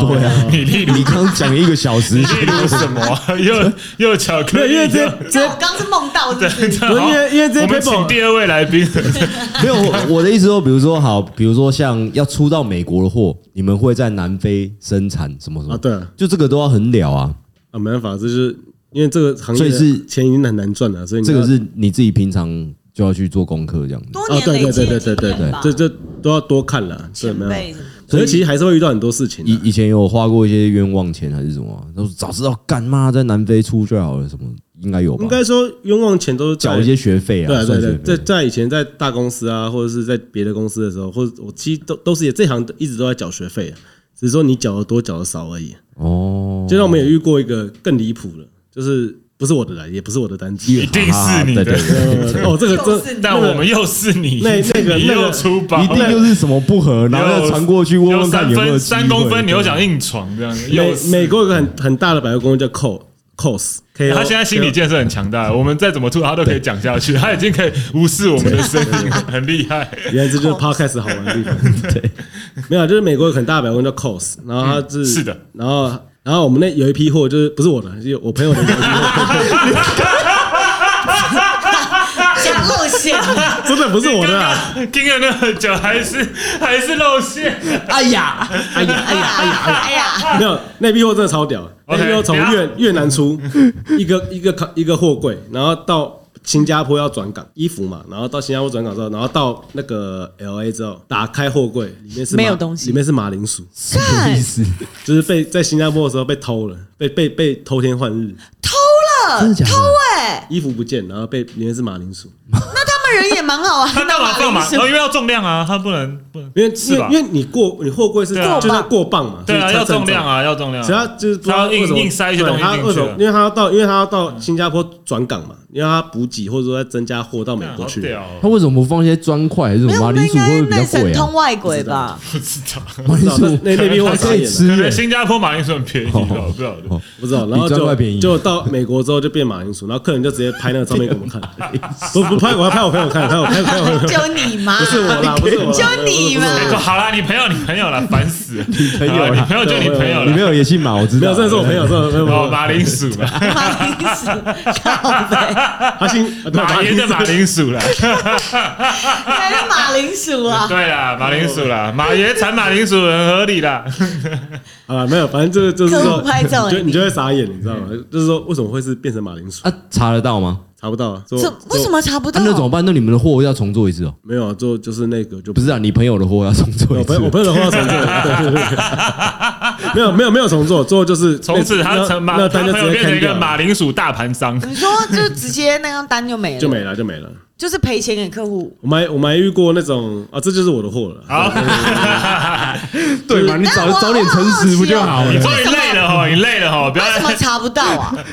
S5: 你例如
S2: 你刚讲了一个小 时，
S5: 例如什么 啊？又又巧
S3: 没
S5: 克
S3: 有，因为
S5: 力
S3: 这
S5: 又。
S4: 这我刚是梦到，是不是？
S5: 这
S3: 不是因为因为这
S5: 我们
S3: paper-
S5: 请第二位 来宾，
S2: 没有我我的意思说，比如说好，比如说像要出到美国的货，你们会在南非生产什么什么
S3: 啊，？对啊，
S2: 就这个都要很了啊，
S3: 啊，没办法，这就是因为这个行
S2: 所
S3: 业
S2: 以是
S3: 钱已经很难赚了，啊所以你
S2: 这个
S3: 要
S2: 是你自己平常就要去做功课这样子。
S4: 多
S3: 啊，
S4: 年
S3: 对
S4: 累
S3: 对
S4: 积
S3: 对
S4: 的
S3: 对对对
S4: 经验吧
S3: 对，这这都要多看了，对，
S4: 前
S3: 没有。
S4: 辈什么的
S3: 可是其实还是会遇到很多事情啊。
S2: 以以前有花过一些冤枉钱还是什么啊、都是早知道干嘛在南非出就好了，什么应该有吧
S3: 应？该说冤枉钱都是在
S2: 缴一些学费啊，
S3: 对啊对
S2: 算学
S3: 对，在
S2: 费。
S3: 在以前在大公司啊，或者是在别的公司的时候，或者我其实都都是也这行一直都在缴学费啊，只是说你缴的多缴的少而已。
S2: 哦，
S3: 就像我们也遇过一个更离谱的，就是不是我的来，也不是我的单子。
S5: 一定是你
S2: 对对
S5: 的。
S2: 对
S3: 呃 哦，这个
S4: 就
S3: 真
S4: 是你
S5: 但我们又是你，
S3: 那那个
S5: 你
S3: 那
S5: 又
S3: 个
S5: 出包，
S2: 一定就是什么不合，然后再传过去问问看有没有
S5: 三分
S2: 机会
S5: 三公分，你又想硬闯这样子，又
S3: 美
S5: 是
S3: 美国有个很很大的百货公司叫 Co Cos，
S5: 他现在心理建设很强大，我们再怎么吐他都可以讲下去，他已经可以无视我们的声音，很厉害。
S3: 原来这就是 podcast 好玩的地 方。对，没有，就是美国有很大的百货公司叫 Cos，然后它是、
S5: 嗯是的，
S3: 然后然后我们那有一批货就是不是我的，就是我朋友的有一批 货，
S4: 想露馅，
S3: 真的不 是我的啊！
S5: 听了那么久，还是 还是露馅。
S2: 哎呀，
S3: 哎呀哎呀哎呀哎呀！
S4: 哎 呀，
S3: 没有，那批货真的超屌，那
S5: OK，
S3: 批货从
S5: 等一
S3: 越越南出， 一个一个扛一个货柜，然后到。新加坡要转港衣服嘛，然后到新加坡转港之后，然后到那个 L A 之后，打开货柜，里面是马
S4: 没有东西
S3: 里面是马铃薯，
S2: 什么意思？
S3: 就是被在新加坡的时候被偷了，被被被偷天换日，
S4: 偷了，
S2: 真的假的
S4: 偷哎，
S3: 衣服不见，然后被里面是马铃薯，
S4: 那他们人也蛮好 啊，
S5: 他干嘛干嘛？
S4: 拿马铃薯
S5: 哦，因为要重量啊，他不能不能，
S3: 因为
S5: 是
S3: 因
S5: 吧
S3: 为因为你过你货柜是
S5: 对啊
S3: 就是过磅嘛，
S5: 对啊，
S3: 所以
S5: 要
S3: 才
S5: 重量。啊，要重量啊。
S3: 只要就是不知
S5: 他
S3: 道
S5: 要
S3: 为什
S5: 硬
S3: 么
S5: 硬塞一些
S3: 对
S5: 东西
S3: 他为
S5: 进
S3: 什
S5: 去嗯
S3: 么
S5: 啊，
S3: 因。为他要到，因为他要到新加坡转港嘛，因为他补给或者说要增加货到美
S5: 好
S3: 国去。
S5: 屌哦，
S2: 他为什么不放一些砖块还是什
S4: 没
S2: 么
S4: 有，
S2: 马
S4: 我们
S2: 铃
S4: 应
S2: 薯会
S4: 该
S2: 不会比较
S4: 内神
S2: 贵啊
S4: 通？外鬼吧？
S5: 不知道，
S2: 马铃
S3: 不知道
S2: 薯
S3: 那那那边我傻
S2: 可
S3: 眼
S2: 以
S3: 了
S2: 吃
S5: 可能
S2: 耶，
S5: 新加坡马铃薯很便宜吧，
S2: 哦
S5: 我不知道的。
S2: 哦
S3: 不知道，然后
S2: 比砖块便
S3: 就
S2: 宜
S3: 就到美国之后就变马铃薯，然后客人就直接拍那个照片给我 们看，不不拍我，拍我朋友看，拍我拍我拍我，不
S4: 就你嘛，
S3: 是我啦，不是我啦，
S4: 就你嘛
S3: 不是我
S5: 说好啦，你朋友，你朋友啦，烦死了！你
S2: 朋友啦
S5: 你朋友就你朋友
S2: 你没
S5: 啦。
S2: 有也姓马，我知
S3: 没
S2: 道。
S3: 有，真的是我朋友，真的是我朋
S5: 哦，
S3: 友，
S5: 马铃薯 啦，
S4: 马铃薯， 靠北
S3: 他姓
S5: 马爷的马铃薯啦，
S4: 原来是马铃薯啊！
S5: 对啦，马铃薯啦，马爷产马铃薯很合理啦。
S3: 啊，没有，反正就是就是
S4: 客
S3: 说，
S4: 户拍照
S3: 你就你就会傻眼，你知道吗？就是说为什么会是变成马铃薯？
S2: 啊，查得到吗？
S3: 查不到啊，说
S4: 怎为什么查不
S2: 啊
S4: 到？
S2: 那怎么办？那你们的货要重做一次哦？
S3: 没有啊？就就是那个就
S2: 不是啊，你朋友的货要重做
S3: 我
S2: 一
S3: 朋
S2: 次
S3: 友，。我朋友的话重做，对对对，没有没有没有重做，做就是
S5: 从此他
S3: 那
S5: 成马，
S3: 那
S5: 他
S3: 单
S5: 朋
S3: 就
S5: 友
S3: 直接
S5: 变成一
S3: 砍
S5: 个
S3: 掉
S5: 马
S3: 了，
S5: 铃薯大盘商。
S4: 你说就直接那张单就没了，
S3: 就没了就没了。
S4: 就是赔钱给 客户。
S3: 我们还我们还遇过那种啊，这就是我的货了。
S5: 好，
S2: 对嘛？你
S4: 那我我好
S5: 你终于累了哈，你累了哈，不要
S4: 为什么
S5: 再。
S4: 查不到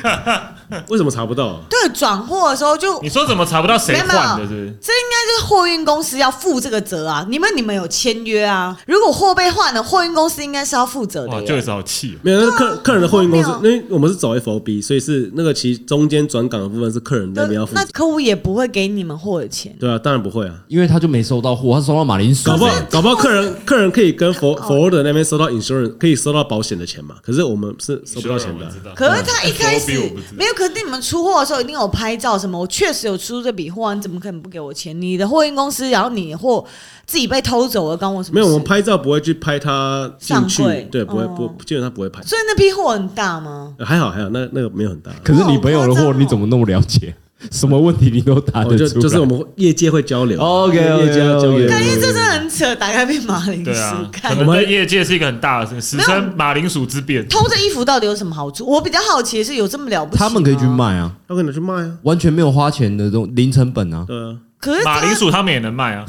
S4: 啊？
S3: 为什么查不到啊？
S4: 对，转货的时候就
S3: 嗯
S5: 你说怎么查不到谁
S4: 没有没有
S5: 换的？是不是？
S4: 这应该就是货运公司要负这个责啊！你们你们有签约啊？如果货被换了，货运公司应该是要负责
S5: 哇，
S4: 的
S5: 就
S4: 耶。
S5: 是好气哦。
S3: 没有，那是客客人的货运公司
S4: 荒，
S3: 因为我们是走 FOB，所以是那个其中间转港的部分是客人那边要负
S4: 那
S3: 责。
S4: 客户也不会给你们货的钱，
S3: 对啊，当然不会啊，
S2: 因为他就没收到货，他收到马铃薯
S3: 搞。不好搞不好客人客人可以跟 for forward 那边收到 insurance，可以收到保险的钱嘛。可是我们是收不到钱的
S5: 我
S3: 啊
S5: 知。道
S4: 可是他一开始
S5: FOB 我不知道
S4: 没有，可是你们出货的时候一定有拍照什么？我确实有出这笔货，你怎么可能不给我钱？你的货运公司，然后你的货自己被偷走了，关我什
S3: 没
S4: 么事？
S3: 有，我们，拍照不会去拍他进去
S4: 上柜，
S3: 对，不会
S4: 哦
S3: 不基本上不会拍。
S4: 所以那批货很大吗？
S3: 呃还好还好，那那个没有很大。
S2: 可是你朋友的货你怎么那么了解？什么问题你都答
S3: 哦，
S2: 得
S3: 就
S2: 啊出来。
S3: 就是我们业界会交流
S2: OK，OK，OK
S3: 业界要交流。
S4: 对，因为这真的很扯，打开变马铃
S5: 对
S4: 薯
S5: 啊，可
S4: 看。
S5: 能在业界是一个很大的事，史
S4: 没有
S5: 称马铃薯之变。
S4: 偷这衣服到底有什么好处？我比较好奇的是，有这么了不起？
S2: 他们可以去，卖啊，
S3: 他可能去卖啊，
S2: 完全没有花钱的这种零成本啊，
S3: 对啊，
S4: 可是
S5: 马
S4: 他
S5: 铃薯他们也能卖啊，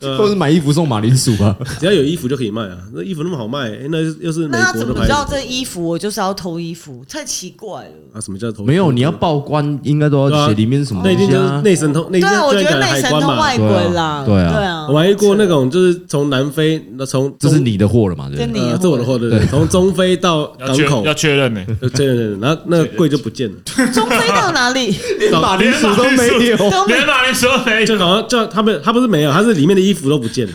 S3: 对
S2: 或
S3: 啊
S2: 者买衣服送马铃薯 啊。
S3: 只要有衣服就可以卖啊。那衣服那么好卖，诶那又是美
S4: 那他
S3: 国
S4: 怎
S3: 的
S4: 么
S3: 牌
S4: 知道
S3: 子
S4: 这衣服我就是要偷衣服？太奇怪了。
S3: 啊？什么叫投？
S2: 没有，你要报关，应该都
S3: 对
S2: 要
S3: 啊
S2: 写里面什么
S3: 那一定
S2: 东西
S3: 就是
S2: 啊。
S3: 内神通，内就
S4: 对啊，我觉
S3: 是
S4: 得
S3: 讲
S4: 内
S3: 海
S4: 神
S3: 关
S4: 通
S3: 嘛
S4: 外。鬼啦，
S2: 对啊
S4: 对啊，
S3: 我还遇过那种，就是从南非，那从
S2: 这是
S3: 中
S2: 你的货了嘛？对
S4: 跟
S2: 不
S4: 你啊
S2: 对？
S3: 呃，这我的货对不对？从中非到
S5: 要
S3: 港
S5: 确
S3: 口
S5: 要，确认呢。
S3: 对对对，然后 那个柜就不见了，
S4: 中非到哪 里？
S2: 马铃薯都没有，
S4: 都没
S5: 连马铃薯都没有。
S3: 就好像就他们他不是没有，他是里面的衣服都不见了，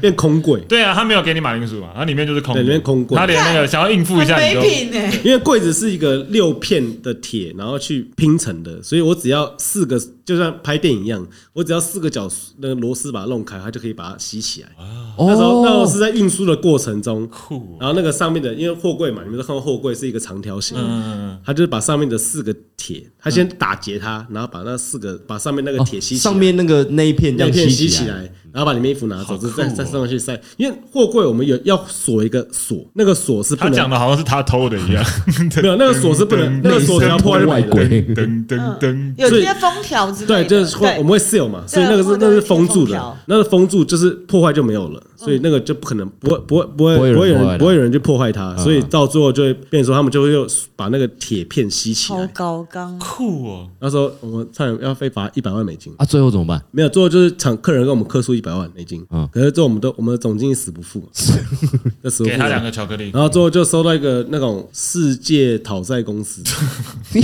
S3: 变空柜，
S5: 对啊，他没有给你马铃薯嘛，它里面就是空的，
S3: 对里面空柜
S5: 他连那个想要应付一下你
S4: 没
S5: 都
S4: 品哎、
S3: 因为柜子是一个六片的铁，然后去拼成的，所以我只要四个，就像拍电影一样，我只要四个角那个螺丝把它弄开，它就可以把它吸起来。 那时
S2: 哦
S3: 候那时候是在运输的过程中，
S5: 酷哦。
S3: 然后那个上面的因为货柜嘛，你们都看过货柜是一个长条形，
S5: 嗯，
S3: 它就是把上面的四个铁，它先打结它，然后把那四个把上面那个
S2: 哦
S3: 铁吸起来
S2: 上。面那个那一片这
S3: 两
S2: 样
S3: 片
S2: 吸
S3: 吸起
S2: 来，
S3: 来，然后把里面衣服拿走，
S5: 好酷
S3: 再
S5: 哦
S3: 再再上去晒。因为货柜我们有要锁一个锁，那个锁是不
S5: 他讲
S3: 能
S5: 的好像是他偷的一样。
S3: 没有，那个锁是不能，那个锁只要破坏就没
S2: 外
S3: 了
S2: 国对
S5: 噔噔噔，
S4: 有
S3: 所以
S4: 一些封条之类的。
S3: 对，就是会我们会 seal 嘛，所以那个是
S4: 对
S3: 那是封住
S4: 会有一些封条嗯
S3: 的，那个封住就是破坏就没有了，所以那个就不可能不会不会不会
S2: 不会有人
S3: 不会有
S2: 破坏
S3: 人
S2: 它
S3: 不会有人去破坏啊它，所以到最后就会变成说他们就会又把那个铁片吸起
S4: 超
S3: 来。
S4: 高刚，
S5: 酷哦！
S3: 那时候我们差点要被罚一百万美金，
S2: 啊，最后怎么办？
S3: 没有最后就是厂客人跟我们客诉一百万美金
S2: 嗯，
S3: 可是最后我们都我们的总经理死不 付嘛，就死不
S5: 给
S3: 付
S5: 他
S3: 嘛
S5: 两。个巧克力，
S3: 然后最后就收到一个那种世界讨债公 司，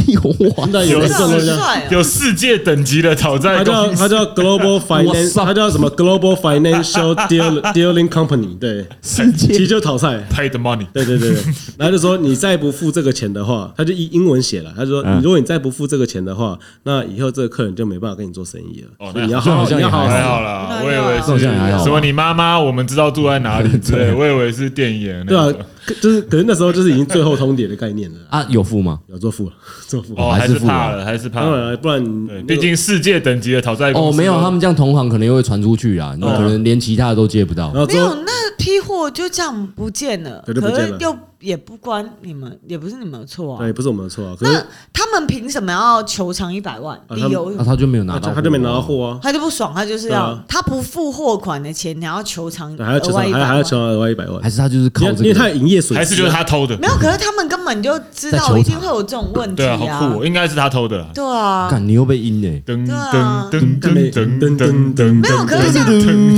S2: 有啊哇，
S3: 那有
S5: 有
S3: 人
S4: 这
S3: 送
S4: 好
S3: 人家，
S4: 帅哦！
S5: 有世界等级的讨债
S3: 嗯他叫
S5: 公
S3: 他
S5: 司，
S3: 叫 Global
S2: 哇
S3: Finance，
S2: 塞
S3: 他叫什么 Global Financial Deal Dealing Company，对，
S2: 世
S3: 其
S2: 界
S3: 实就讨债。
S5: pay the money。
S3: 对对对对，然后就说你再不付这个钱的话，他就以英文写了，他就说
S2: 嗯
S3: 如果你再不付这个钱的话，那以后这个客人就没办法跟你做生意了。
S5: 哦
S3: 所以你要
S2: 那
S3: 好
S2: 好
S3: 好，
S2: 像
S3: 你要好
S2: 也
S3: 好
S5: 还
S3: 思考
S5: 好啦，我以为
S2: 好像也还好
S5: 是什么你妈妈，我们知道住在哪里之 类，我以为是电影
S3: 对
S5: 那
S3: 啊
S5: 种。，
S3: 可就是可是那时候就是已经最后通牒的概念了，
S2: 啊，有付吗？
S3: 要做付了， 做付。啊
S5: 哦，还是怕了，还是怕
S3: 当
S5: 了。
S3: 然了，不然你
S5: 对，
S3: 那个
S5: 毕竟世界等级的讨债公
S2: 哦，
S5: 司
S2: 没有，他们这样同行可能又会传出去
S3: 哦
S2: 啊，你可能连其他的都接不到
S3: 然。后
S4: 没
S3: 之后
S4: 有那批货就这样不见了，
S3: 对就不
S4: 可
S3: 见了
S4: 是又也不关你们，也不是你们的错啊
S3: 对，。不是我们的错啊，可是
S4: 那他们凭什么要求偿一百万？
S3: 他
S4: 理
S3: 们
S4: 由是
S2: 那他就没有拿
S3: 他
S2: 到，
S3: 就他就没拿到。货啊，
S4: 他就不爽，他就是要、
S3: 对啊
S4: 他不付货款的钱，你还要求偿
S3: 对还要
S4: 额
S3: 求
S4: 外
S3: 偿，
S4: 一百
S3: 还还要
S4: 万。
S3: 求偿额外一百万
S2: 还，是他就是靠
S3: 因为
S2: 这
S3: 因为他
S2: 个
S3: 有营业损失啊，
S5: 还是就 是他偷的
S4: 没。有，可是他们根本就知
S2: 在求
S4: 道
S2: 偿
S4: 一定会有这种问题
S5: 对啊，好酷哦，应该是他偷的啦。
S4: 对啊，
S2: 干，你又被阴欸嘞！
S5: 噔
S4: 对啊
S5: 噔噔噔噔噔噔，
S4: 没有，可是嗯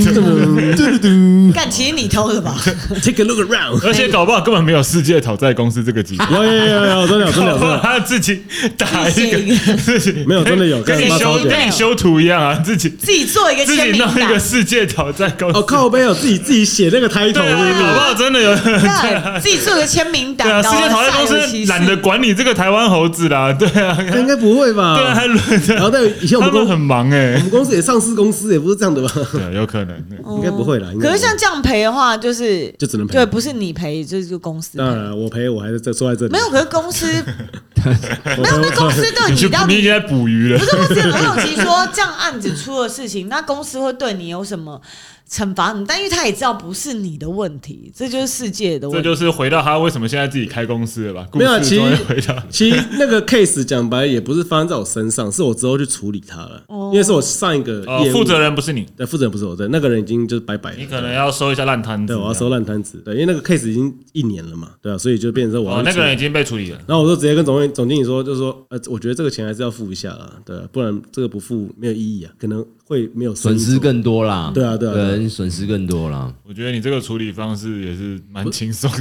S4: 这样
S3: 嗯
S4: 干，其实你偷的吧？
S3: Take a look around，
S5: 而且搞不好根本没有世界讨债公司这个级别。
S3: 有有有有有，真的 有真的有真的有，
S5: 他自己打一
S4: 自己写
S5: 个自己
S3: 没有真的有
S5: 跟
S3: 干
S5: 你
S3: 嘛
S5: 修
S3: 超屌
S5: 跟你修图一样啊，自己
S4: 自己做一个
S5: 自
S4: 签
S5: 己
S4: 名
S5: 弄一
S4: 档
S5: 个，世界讨债公司。
S3: 哦靠背有自己自己写那个 title
S5: 对啊，搞不好
S3: 是
S5: 真的有人
S4: 对，自己做一个签名档。
S5: 对啊，
S4: 然
S5: 世
S4: 后
S5: 界讨债公
S4: 煞有其
S5: 司
S4: 事
S5: 懒得管你这个台湾猴子啦，对啊，
S3: 不是？应该不会吧？
S5: 对啊，还轮
S3: 然后
S5: 着
S3: 但以前我
S5: 他
S3: 们
S5: 们
S3: 公
S5: 很忙哎
S3: 我，们公司也上市公司也不是这样的吧？
S5: 对，啊有可能。
S3: 应该不会啦，应该不
S4: 哦可是
S3: 会
S4: 像这样赔的话，就是
S3: 就只能赔
S4: 对，不是你赔，就是公司
S3: 当然
S4: 赔。
S3: 了，我赔我还是在坐在这里，
S4: 没有，可是公司
S3: 我
S4: 没有，那公司对
S5: 你
S4: 你
S5: 去
S4: 到，
S5: 你已
S4: 底
S5: 经在捕鱼了
S4: 不。是不是很好奇说，这样案子出了事情，那公司会对你有什么惩罚你？但因为他也知道不是你的问题，这就是世界的
S5: 这
S4: 问题。
S5: 就是回到他为什么现在自己开公司了吧？
S3: 没有啊
S5: 故事
S3: 其实
S5: 终于回到
S3: 其实那个 case 讲白也不是发生在我身上，是我之后去处理它了，
S4: 哦
S3: 因为是我上一个
S5: 哦
S3: 业务
S5: 负责人不是你，
S3: 对负责人不是我，对那个人已经就是拜拜了，
S5: 你可能要收一下烂摊子。
S3: 对我要收烂摊子，对，因为那个 case 已经一年了嘛，对啊，所以就变成说我要
S5: 哦，
S3: 去
S5: 那
S3: 处
S5: 个
S3: 理
S5: 人已经被处理了。
S3: 然后我就直接跟总经总经理说，就说呃，我觉得这个钱还是要付一下啦，对啊，不然这个不付没有意义啊，可能会没有生
S2: 损
S3: 意
S2: 失
S3: 做
S2: 更多啦，
S3: 对啊对啊对啊
S2: 人损失更多啦。
S5: 我觉得你这个处理方式也是蛮轻松的。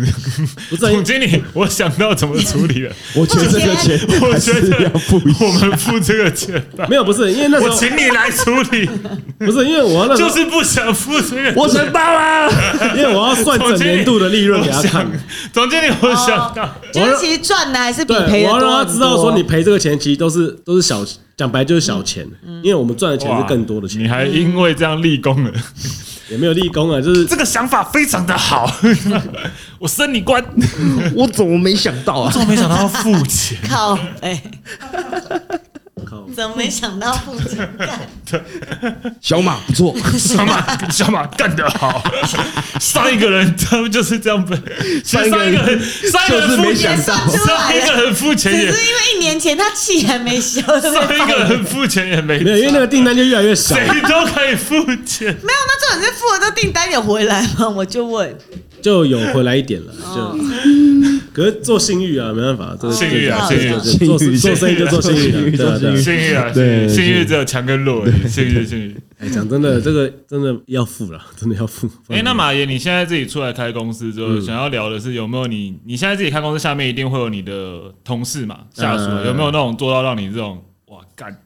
S3: 不 是啊
S5: 总经理，我想到怎么处理了。
S2: 我觉得这个钱
S5: 我
S2: 还
S5: 觉
S2: 是
S5: 得
S2: 要付一
S5: 我
S2: 下。
S5: 们付这个钱吧，
S3: 没有不是因为那时
S5: 我
S3: 候
S5: 请你来处理，
S3: 不是因为我要那时
S5: 就
S3: 候
S5: 是不想付这个。
S2: 我承包啦！
S3: 因为我要算整年度的利润给他看，
S5: 总经理，我想到，
S4: 就是其实赚的还是比
S3: 对，
S4: 赔的
S3: 我要
S4: 多。啊嗯
S3: 让他知道说你赔这个钱其实都是都是小，讲白就是小钱，因为我们赚的钱是更多的
S5: 哇你
S3: 钱，
S5: 还因为这样立功了，
S3: 也没有立功啊，就是
S5: 这个想法非常的好， 我升你 官。
S2: 我怎么没想到啊？
S5: 我没想到要付钱，
S4: 靠，哎，
S3: 靠，
S4: 怎么没想到附近干？
S2: 小马不错，
S5: 小马，小马干得好！上一个人他们就是这样被，其实上一个人，上一个人
S2: 就是
S5: 付
S2: 没想
S5: 钱，
S2: 到
S5: 上一个人付
S4: 只
S5: 钱也，
S4: 是因为一年前他气还没消，对不
S5: 上
S4: 对
S5: 一个人付钱也没，
S3: 没有，因为那个订单就越来越少。
S5: 谁都可以付钱。
S4: 没有，那重点是付了这订单有回来吗？我就问，哦
S3: 就有回来一点了，就。可是做信誉啊，没办法，这
S5: 信誉啊
S3: 这
S5: 信誉啊
S3: 这这做
S2: 信誉
S3: 做生意就做信誉
S2: 信誉
S3: 啊，对啊对啊
S2: 做
S5: 幸运啊，幸
S2: 对
S5: 运，
S2: 对
S5: 幸运只有强跟弱而已，幸运幸运。
S3: 哎，讲真
S2: 嗯
S3: 的，这个真的要付了， 真的要付。
S5: 哎，那马爷，你现在自己出来开公司之后，想要聊的是有没有你？你现在自己开公司，下面一定会有你的同事嘛、下属啊，
S3: 嗯
S5: 有没有那种做到让你这种哇干？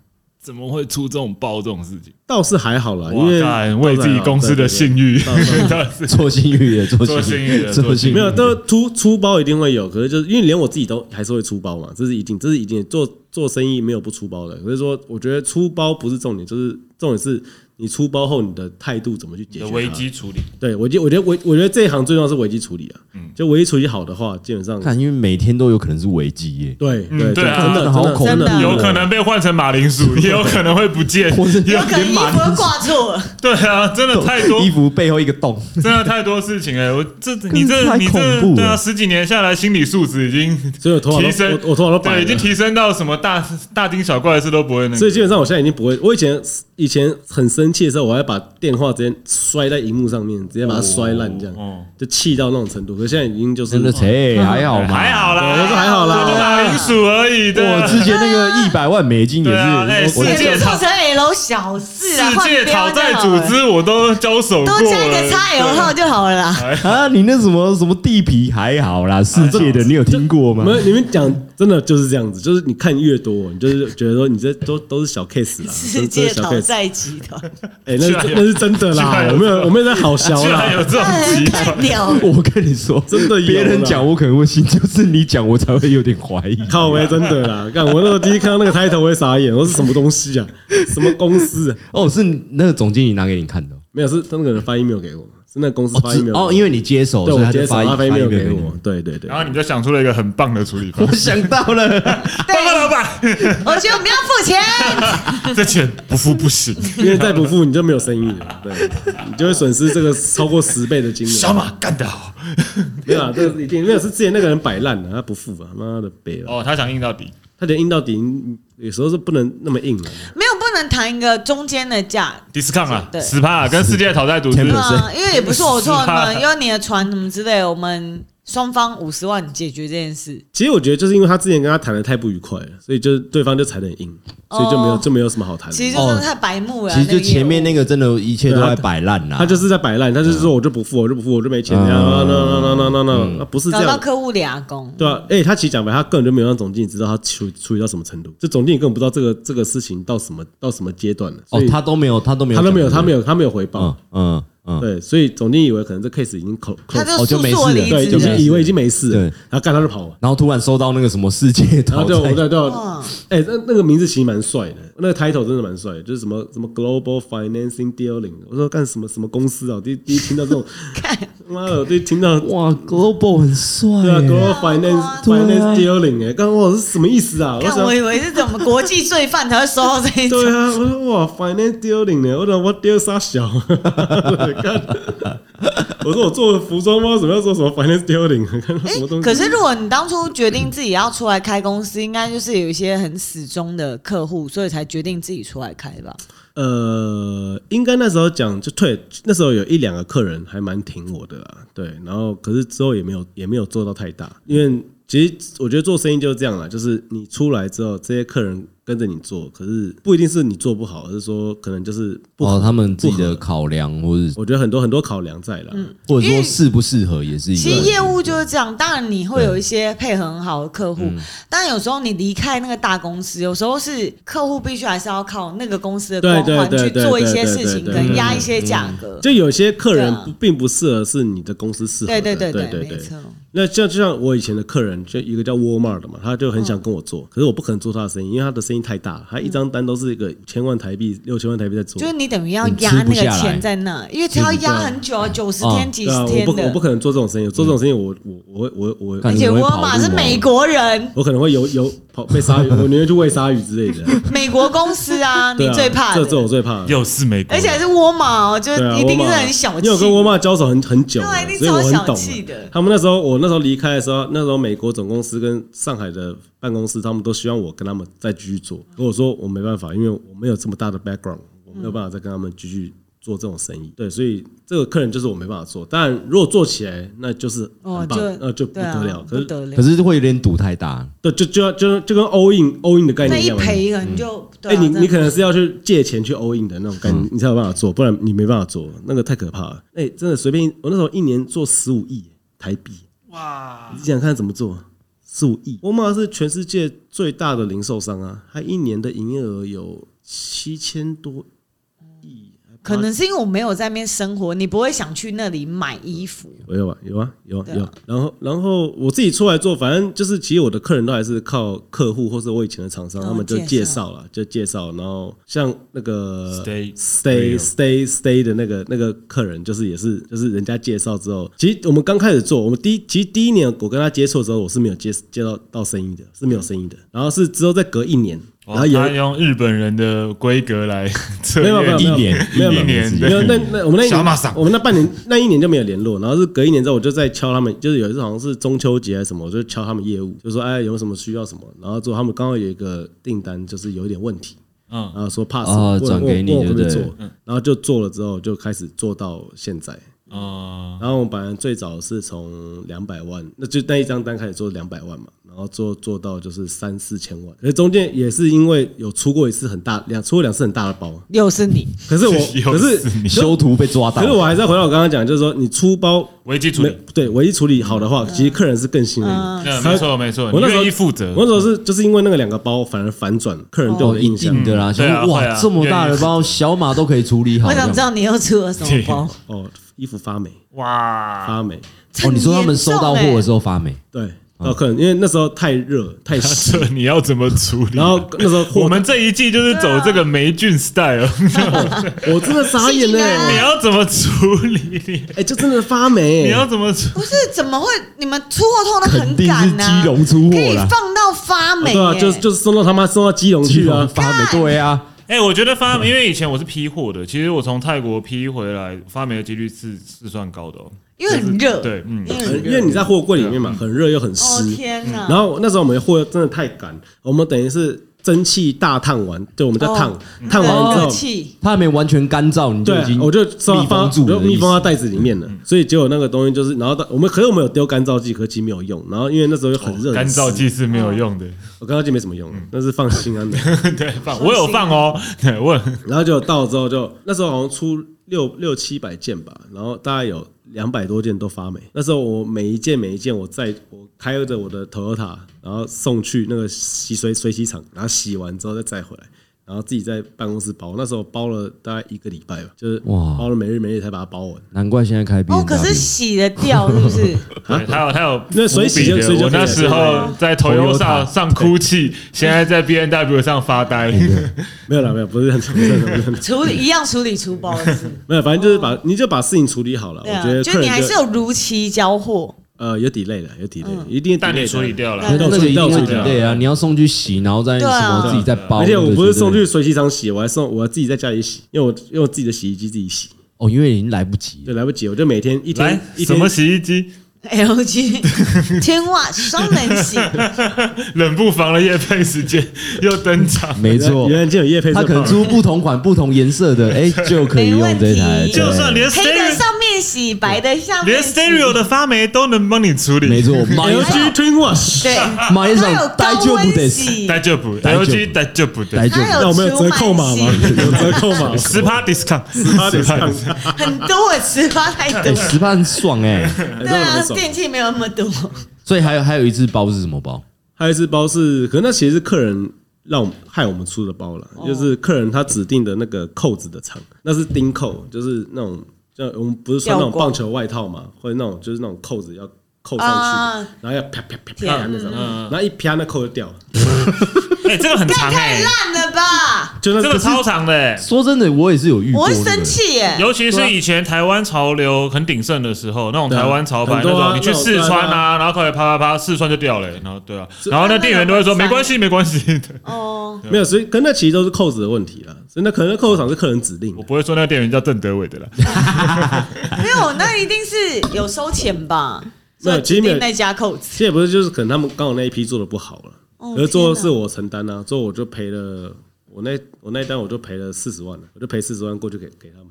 S5: 怎么会出这种包这种事情？
S3: 倒是还好啦，因
S5: 哇
S3: 为
S5: 干，为自己公司的信誉， 倒是
S2: 做幸运的，做
S5: 做
S2: 幸
S5: 幸运的
S2: 做
S5: 做
S2: 幸
S5: 幸
S2: 运
S3: 没有，都出出包一定会有，可是就是因为连我自己都还是会出包嘛，这是一定，这是一定。做做生意没有不出包的，所以说我觉得出包不是重点，就是重点是你出包后你的态度怎么去解
S5: 你
S3: 决
S5: 的
S3: 它
S5: 危机处理，
S3: 对我觉我觉得我我觉得这一行最重要是危机处理啊，
S5: 嗯
S3: 就危机处理好的话，基本上
S2: 看，因为每天都有可能是危机耶，
S3: 对
S5: 嗯
S3: 对
S5: 对啊
S3: 真的
S2: 好
S3: 真的
S2: 恐
S3: 真
S4: 怖
S3: 的
S5: 有可能被换成马铃薯，也 有可能会不见。
S2: 或是
S4: 有可能衣服都挂错了，
S5: 对啊，真的太多
S2: 衣服背后一个 洞，
S5: 真的太多事情哎、我这你
S2: 真的
S5: 这
S2: 太
S5: 你
S2: 恐怖
S5: 这对
S2: 了
S5: 啊，十几年下来，心理素质已经
S3: 所以我头发都
S5: 提升，
S3: 我我头发都白了
S5: 对，已经提升到什么大大惊小怪的事都不会那
S3: 所以
S5: 个。
S3: 基本上我现在已经不会，我以前以前很生气的时候，我还把电话直接摔在荧幕上面，直接把它摔烂，这样、
S5: 哦
S3: 就气到那种程度。可是现在已经就是啊
S2: 真的切
S3: 嗯
S2: 还好嘛，
S5: 还好啦，
S3: 我说还好啦
S5: 都马铃薯而已对啊
S2: 我之前那个一百万美金也
S5: 对啊哎
S2: 是，我
S5: 世
S4: 也
S5: 界
S4: 是做成 L 小事啊，
S5: 世
S4: 换
S5: 界
S4: 标就好
S5: 讨
S4: 了
S5: 债组织我都交手过啊了，
S4: 多加一个 XL 号就好了 啦。
S2: 啊，你那什么什么地皮还好啦，世界的你有听过吗
S3: 没？有，你们讲真的就是这样子，就是你看越多，你就是觉得说你这都都是小 case 啦，
S4: 世
S3: 都
S4: 界
S3: 是小
S4: 讨
S3: case。
S4: 债集团，
S3: 哎、那是
S5: 居然有
S3: 那是真的
S5: 居然
S3: 啦，
S5: 有
S3: 我没有我没有在好笑
S5: 居然有
S3: 啦，
S5: 这 种集团
S4: 太。屌了！
S2: 我跟你说，
S3: 真的有啦
S2: 别人讲我可能会信， 就是你讲我才会有点怀疑。
S3: 靠喂，真的啦。看我那时候第一看到那个 title 我也傻眼，我说什么东西啊？什么公司、啊？
S2: 哦，是那个总经理拿给你看的哦
S3: 没有，是那个人发 email 给我，是那个公司
S2: 哦，
S3: 发 email
S2: 只
S3: 给我
S2: 哦，因为你接手，
S3: 对
S2: 所以
S3: 我
S2: 他就
S3: 接手
S2: 发
S3: 他
S2: 发
S3: 发 email
S2: 给
S3: 给
S2: 你
S3: 我。，对对对
S5: 然。后你就想出了一个很棒的处理方
S2: 我
S5: 式，
S2: 想到
S4: 啊
S2: 了，
S5: 报告老板，
S4: 我觉得我们要付钱，
S5: 这钱不付不行。
S3: 因为再不付你就没有生意了， 对，你就会损失这个超过十倍的金额。
S5: 小马干得好
S3: 没有啊，这个一定没有是之前那个人摆烂了，他不付啊，妈的背了，
S5: 哦，他想硬到底，
S3: 他连硬到底，有时候是不能那么硬的。
S4: 没有不能谈一个中间的价，
S5: discount 啊，
S4: 对
S5: 十趴跟世界讨债组织
S2: 10%，
S4: 啊，因为也不是我错
S5: 是啊
S4: 嘛，因为你的船什么之类，我们双方五十万解决这件事。
S3: 其实我觉得就是因为他之前跟他谈的太不愉快了，所以就是对方就踩得很硬，所以就没有
S4: 哦
S3: 就没有什么好谈
S4: 其
S3: 的。
S4: 实就真的太白目了啊。
S2: 哦其实就前面那
S4: 个
S2: 个真的，一切都在摆烂啦。哦
S3: 啊他就是在摆烂，他就是说我就不付，我就不付，我就没钱，
S2: 嗯
S3: 然后那那那那那那，不是
S4: 业
S3: 这
S4: 务找到
S3: 样。
S4: 客户俩工，
S3: 对啊，哎、他其实讲白，他根本就没有让总经理知道他处处理到什么程度，就总经理根本不知道这个这个事情到什么到什么阶段了。所
S2: 哦
S3: 以，
S2: 他都没有，他都没有
S3: 他
S2: 讲，
S3: 都没有，
S2: 对
S3: 他
S2: 不
S3: 没
S2: 对，
S3: 有，他没有回报。
S2: 嗯嗯嗯，
S3: 对，所以总经理以为可能这 case 已经扣扣
S4: 他，
S2: 哦
S4: 就
S2: 就
S4: 诉
S2: 没
S4: 说
S2: 事
S4: 离
S2: 了
S3: 对，
S4: 职
S3: 就
S2: 没
S3: 是
S2: 事
S4: 了。
S3: 以为已经没事了，
S2: 对
S3: 然后干他就跑了。
S2: 然后突然收到那个什么世界
S3: 然后
S2: 讨
S3: 对，我
S2: 债，
S3: 对对
S4: 嗯，
S3: 哎，那那个名字其实蛮帅的，那个 title 真的蛮帅的，就是什么什么 Global Financing Dealing，我说干什么什么公司啊？我第一第一听到这 种，妈的，我第一听到
S2: 哇，Global 很帅
S3: 对啊
S2: 耶，
S3: ，Global Finance
S2: 对啊
S3: Finance Dealing，哎，刚刚我是什么意思啊？我
S4: 看
S3: 想
S4: 我以为是怎么国际罪犯才会收到这一
S3: 对
S4: 种。
S3: 啊，我说哇，finance dealing 呢？我讲我 deal 啥 小？看 我说我做服装吗？怎么要做什么 finance dealing？看到什么东西？
S4: 哎可是，如果你当初决定自己要出来开公司，应该就是有一些很死忠的客户，所以才决定自己出来开吧？
S3: 呃，应该那时候讲就退，那时候有一两个客人还蛮挺我的啦，对。然后，可是之后也没有也没有做到太大，因为其实我觉得做生意就是这样啦，就是你出来之后，这些客人跟着你做，可是不一定是你做不好，而是说可能就是不合
S2: 哦，他们自己
S3: 不
S2: 的
S3: 合
S2: 考量，或者
S3: 我觉得很多很多考量在啦。
S2: 或者
S4: 因
S2: 说
S4: 为
S2: 适不适合也是一
S4: 其实
S2: 个。
S4: 业务就是这样，当然你会有一些配合很好的客
S3: 嗯
S4: 户，但有时候你离开那个大公司，有时候是客户必须还是要靠那个公司的光环
S3: 对对
S4: 去
S3: 对
S4: 做一
S3: 对
S4: 些
S3: 对
S4: 事
S3: 对
S4: 情，
S3: 对嗯
S4: 可能
S3: 对
S4: 压一些价格。
S3: 就有些客人
S4: 对啊
S3: 不并不适合是你的公司适合
S4: 对
S3: 的，
S4: 对对
S3: 对
S4: 对，
S3: 对
S4: 没错。
S3: 那
S4: 嗯
S3: 像就像我以前的客人，就一个叫沃尔玛的嘛，他就很想跟我做，可是我不可能做他的生意，因为他的生意太大了，它一张单都是一个五千万台币、六千万台币在做
S4: 就。是你等于要
S2: 你吃
S4: 压那
S2: 不
S4: 个
S2: 下来
S4: 钱在那，因为它要压很久啊，九十
S2: 啊
S4: 天、几
S3: 对
S4: 十
S3: 啊，我
S4: 天
S3: 不我不
S4: 的。
S3: 可能做这种生意，做这种生意我我我会我我
S2: 干
S4: 而且
S2: 你会
S4: 沃尔
S2: 跑
S4: 玛
S2: 路
S4: 是
S2: 哦
S4: 美 国人，
S3: 我可能会游游跑被鲨鱼，我宁愿去喂鲨鱼之类 的。
S4: 美国公司啊，
S3: 对
S4: 你
S3: 啊
S4: 最怕
S3: 这
S4: 的，
S3: 这我最怕的。
S5: 又是美国
S4: 而
S5: 人，
S4: 且还是沃尔玛哦，就
S3: 对啊，
S4: 一定
S3: 沃尔
S4: 是
S3: 玛
S4: 很小气。
S3: 因为我跟沃尔玛交手很很久
S4: 对啊一
S3: 了，
S4: 定
S3: 所以我很
S4: 超小
S3: 懂
S4: 气的
S3: 了。他们那时候，我那时候离开的时候，那时候美国总公司跟上海的办公室，他们都希望我跟他们再继续做。跟我说我没办法，因为我没有这么大的 background，我没有办法再跟他们继续做这种生意。对，所以这个客人就是我没办法做。但如果做起来，那就是
S4: 哦
S3: 很，棒，呃
S4: 就
S3: 那就不
S4: 对啊
S3: 得了。可
S4: 不
S3: 是
S4: 得了
S2: 可，是会有点赌太大，
S3: 对，就就要就就跟 all in all in 的概
S4: 那
S3: 念一
S4: 一
S3: 样嘛。
S4: 赔可能就
S3: 哎、
S4: 对啊
S3: 你
S4: 真的
S3: 你可能是要去借钱去 all in 的那种感觉，你才有办法做，不然你没办法做，那个太可怕了。哎、真的随便，我那时候一年做十五亿台币，
S5: 哇
S3: 你，想想看怎么做？十五亿，沃尔玛是全世界最大的零售商啊，它一年的营业额有七千多亿，
S4: 可能是因为我没有在那边生活，你不会想去那里买衣服。
S3: 我有啊，有啊，有啊，
S4: 对啊
S3: 有啊。然后，然后我自己出来做，反正就是，其实我的客人都还是靠客户或是我以前的厂商，
S4: 哦
S3: 他们就
S4: 介
S3: 介
S4: 绍
S3: 绍了，就介绍。然后像那个
S5: Stay-
S3: stay
S5: Stay-
S3: stay stay 的那个那个客人，就是也是就是人家介绍之后，其实我们刚开始做，我们第一其实第一年我跟他接触的时候，我是没有接接到到生意的，是没有生意的。然后是之后再隔一年，然后
S5: 哦
S3: 有
S5: 他用日本人的规格来测
S3: 没有没
S5: 验
S3: 有
S2: 一年
S3: 没有
S5: 一
S3: 没有
S5: 年
S2: 一
S5: 的
S3: 没有，那那我们那一
S5: 小
S3: 年
S5: 马桑，
S3: 我们那半年那一年就没有联络，然后是隔一年之后，我就在敲他们，就是有一次好像是中秋节还是什么，我就敲他们业务，就说哎有什么需要什么，然后之后他们刚好有一个订单就是有一点问题，
S5: 嗯，
S3: 然后说怕什
S2: 哦
S3: 么，问
S2: 转
S3: 我
S2: 给你
S3: 问我会不会
S2: 对不嗯
S3: 做
S2: 对，
S3: 然后就做了之后就开始做到现在，
S5: 哦，
S3: 然后我们本来最早是从两百万，那就那一张单开始做两百万嘛，然后做做到就是三四千万，可是中间也是因为有出过一次很大两出过两次很大的包，
S4: 又是你，
S3: 可 是我
S5: 又
S3: 可是
S5: 是你
S2: 你修图被抓到
S3: 可，是我还是要回到我刚刚讲，就是说你出包
S5: 危机处
S3: 没
S5: 理，
S3: 对唯一处理好的话，
S4: 嗯
S3: 其实客人是更信任你。
S5: 嗯，没错没错，
S3: 我
S5: 你
S3: 那时候
S5: 愿意负责，
S3: 我那时候是就是因为那个两个包反而反转客人对我
S2: 哦
S3: 的
S2: 一
S3: 印象
S2: 定的啦。
S5: 对
S2: 想
S5: 啊
S2: 说
S5: 会
S2: 哇
S5: 啊，
S2: 这么大的包，
S5: 愿
S2: 小马都可以处理好。
S4: 我想知道你又出了什么包。
S3: 哦，衣服发霉
S5: 哇，
S3: 发霉，
S2: 哦，你说他们收到货的时
S4: 候，
S2: 候发霉，
S3: 对，
S5: 啊
S3: 到客人因为那时候太热 太湿，
S5: 这你要怎么处理？
S3: 然后那时候货
S5: 啊我们这一季就是走这个霉菌 style，
S3: 我真的傻眼
S5: 你
S3: 嘞，
S5: 要怎么处理？
S3: 哎，就真的发霉，
S5: 啊你要怎么处？
S4: 不是怎么会？你们出货通常
S2: 肯
S4: 很
S2: 定是
S4: 赶呐、
S2: 基隆出
S4: 可
S2: 货
S4: 以
S2: 啦，
S4: 放到发霉、
S3: 哦
S4: 欸
S3: 对啊，就是就是送到他妈送到基隆
S2: 基
S3: 去
S2: 隆
S3: 啊，
S2: 发霉，对啊，
S5: 哎、我觉得发霉，因为以前我是批货的，其实我从泰国批回来，发霉的几率是是算高的哦。
S4: 因为很热，
S5: 对，嗯，
S4: 因为很
S3: 因
S4: 热。
S3: 为你在货柜里面嘛，很热又很
S4: 哦
S3: 湿，
S4: 天哪！
S3: 然后那时候我们货真的太赶，我们等于是蒸汽大烫完，对，我们叫烫
S4: 哦，
S3: 烫完之
S4: 热
S3: 后，
S4: 气，
S2: 它还没完全干燥，你就已
S3: 对，
S2: 经
S3: 我就
S2: 密
S3: 放
S2: 封
S3: 我
S2: 住
S3: 就
S2: 了，
S3: 密封到袋子里面了。
S2: 嗯
S3: 所以结果那个东西就是，然后到我们可是我们有丢干燥剂，可其实没有用。然后因为那时候又
S2: 哦
S3: 很热，嗯
S5: 干燥剂是没有用的。
S3: 我干燥剂没什么
S2: 嗯
S3: 用，那是放心安的。
S5: 对，放我有放哦， 对，我有
S3: 然后就到之后就那时候好像出六六七百件吧，然后大概有两百多件都发霉。那时候我每一件每一件我在我开着我的 Toyota，然后送去那个洗水水洗厂，然后洗完之后再载回来。然后自己在办公室包，那时候包了大概一个礼拜吧，就是
S2: 哇
S3: 包了每日每夜才把它包完。
S2: 难怪现在开啊 B
S4: 哦，可是洗得掉是不是？
S5: 对，他有他有
S3: 那水洗就
S5: 伏笔的
S3: 水就
S5: 我
S3: 可以
S5: 那
S3: 了啊
S5: 时候在头油上上哭泣，现在在 B N W 上发呆。
S3: 没有啦，没有，不是很不是很不是很
S4: 处理一样处理出包是不是？
S3: 没有，反正就是把你就把事情处理好了。
S4: 对
S3: 我
S4: 啊
S3: 觉，得
S4: 就
S3: 客
S4: 你
S3: 人
S4: 还是有嗯如期交货，
S3: 呃有 delay 的，有 delay，一定
S5: 但
S3: delay
S5: 你
S3: 的
S5: 处理掉
S4: 对
S5: 了，
S2: 那个一定会
S3: 对啊
S2: 对啊，你要送去洗，然后再什
S4: 对啊
S2: 么自己再包。
S3: 而且我不是送
S2: 对
S3: 去
S2: 对对
S3: 水洗厂洗，我还送我自己在家里洗，因为我用我自己的洗衣机自己洗，
S2: 哦，因为已经来不及
S3: 就
S2: 了。
S3: 来不及，我就每天一
S5: 来
S3: 天一
S5: 什
S3: 天
S5: 么洗衣机？
S4: LG 天袜双人洗，
S5: 冷不防的夜配时间又登场，
S2: 没
S3: 原来
S2: 错，
S3: 原来就有叶配，
S2: 他可能出不同款、不同颜色的，哎，就可以
S4: 没
S2: 用
S4: 问
S2: 这台。对
S4: 题
S5: 就算连
S4: 黑的
S5: stereo
S4: 上面洗，白的下面
S5: 连
S4: 洗
S5: stereo 的发霉都能帮你处理，
S2: 没 错，马上
S3: LG Twin Wash，
S4: 对，
S2: 马
S4: 它有
S2: 上呆
S4: 高
S2: 就不
S4: 温
S2: 得
S4: 洗，
S5: 大就不，
S2: 大
S5: 大
S2: 丈夫
S5: 就大就不
S2: 呆
S5: 对，
S2: 就不
S4: 它
S3: 那我们有折扣码吗？
S4: 出满洗
S3: 有折扣码吗，
S5: 哦十趴 discount，十
S3: 他得上，
S4: 很多，我吃发太
S2: 哎，
S4: 多。
S2: 十八很爽哎。
S3: 哎真
S4: 对
S3: 的
S4: 啊
S3: 很，爽。
S4: 电器没有那么多，
S2: 所以还有还有一只包是什么包？
S3: 还有一次包是，可能那其实是客人让我们害我们出的包了，
S4: 哦
S3: 就是客人他指定的那个扣子的长，那是钉扣，就是那种像我们不是穿那种
S4: 吊挂
S3: 棒球外套嘛，或者那种就是那种扣子要扣上去
S4: 啊，
S3: 然后要啪啪啪
S4: 天啊
S3: 啪那种，
S5: 嗯嗯
S3: 然后一啪那扣就掉了，
S5: 哎，这个很长哎，
S4: 烂了吧？
S3: 就那
S5: 这个超长的哎。
S2: 说真的，我也是有遇过
S4: 我
S2: 那
S4: 会
S2: 个，
S4: 生气耶！
S5: 尤其是以前台湾潮流很鼎盛的时候，那种台湾潮牌那
S3: 很多啊
S5: 种，你去试穿
S3: 那种
S5: 啊，然后过来啪啪啪，试穿就掉了欸，然后对啊，
S3: 是
S5: 然后那店员都会说
S4: 那那
S5: 没关系，没关系，对
S4: 哦，
S3: 没有，所以可那其实都是扣子的问题啦，所以那可能扣子厂是客人指令
S5: 我，不会说那个店员叫郑德伟的啦。
S4: 没有，那一定是有收钱吧？
S3: 没有
S4: 所以
S3: 其实没有
S4: 指定那家扣子
S3: 其。实也不是，就是可能他们刚好那一批做的不好了，
S4: 哦
S3: 而做的是
S4: 天
S3: 我承担啊，做我就赔了，我那我那一单我就赔了四十万了，我就赔四十万过去给给他们。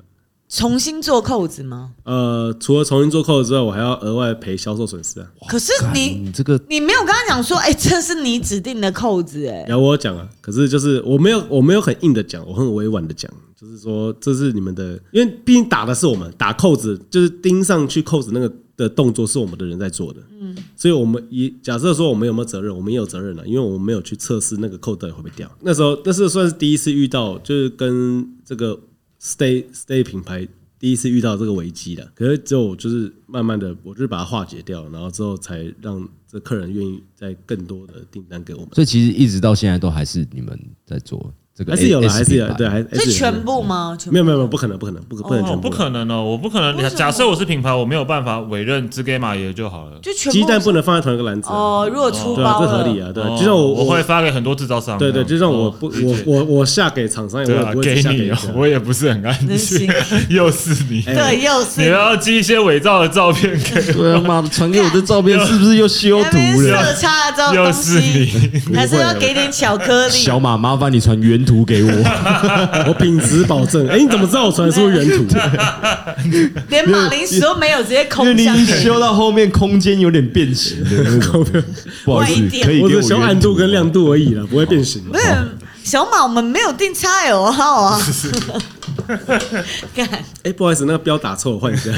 S4: 重新做扣子吗？
S3: 呃，除了重新做扣子之外，我还要额外赔销售损失啊。
S4: 可是你
S2: 这个
S4: 你没有跟他讲说，哎，这是你指定的扣子，哎，
S3: 然后我有讲啊，可是就是我没有我没有很硬的讲，我很委婉的讲，就是说这是你们的，因为毕竟打的是我们打扣子，就是钉上去扣子那个的动作是我们的人在做的，嗯，所以我们也假设说我们有没有责任，我们也有责任啊了，因为我们没有去测试那个扣到底会不会掉。那时候那是算是第一次遇到，就是跟这个 Stay Stay 品牌。第一次遇到这个危机了，可是之后我就是慢慢的，我就是把它化解掉，然后之后才让这客人愿意再更多的订单给我们。
S2: 所以其实一直到现在都还是你们在做这个
S3: 还
S2: A-
S3: 是
S2: SP
S3: 有啦，
S2: 版，
S3: 还是有，对，还还
S4: 是
S3: 哎是有
S4: 全部吗？全部
S3: 没有没有没有，不可能，不可能，不可不能
S5: 哦，
S3: 全部，
S5: 不可能哦，我不可能。假设我是品牌，我没有办法委任只给马爷就好了。
S4: 就全部
S3: 鸡蛋不能放在同一个篮子啊，
S4: 哦，如果出
S3: 对啊，
S4: 包
S3: 这
S4: 了，
S3: 合理啊，对啊，
S5: 哦
S3: 就像我
S5: 我会，发给很多制造商。
S3: 对对，就像我
S5: 哦
S3: 不
S5: 理解
S3: 我我我下给厂商，我
S5: 对
S3: 也
S5: 啊
S3: 不，会只
S5: 给
S3: 下
S5: 你
S3: 给
S5: 哦，我也不是很安
S4: 真
S5: 心
S4: 心，
S5: 又是你，
S4: 对，又是
S5: 你要寄一些伪造的照片给
S2: 对啊，妈的，传给我的照片是不是又修
S4: 那边
S2: 图了？
S4: 色差的
S5: 我，
S4: 这种
S5: 又
S4: 东
S5: 是
S4: 西，
S5: 你。
S4: 还是要给点巧克力。
S2: 小马，麻烦你传原图给我。
S3: 我品质保证。哎，你怎么知道我传的是不是原图？
S4: 连马铃薯都没有，直接 空
S2: 因为
S4: 箱
S2: 你
S4: 给
S2: 修到后面空间有点变形的那 种，不好意
S4: 歪
S2: 思
S4: 一，点
S2: 可以给
S3: 我
S2: 我
S3: 只修
S2: 原
S3: 暗
S2: 图
S3: 度跟
S2: 吗
S3: 亮度而已了，不会变形。
S4: 不是小马，我们没有定 XL 号啊。干，
S3: 哎，不好意思，那个标打错，我换一下。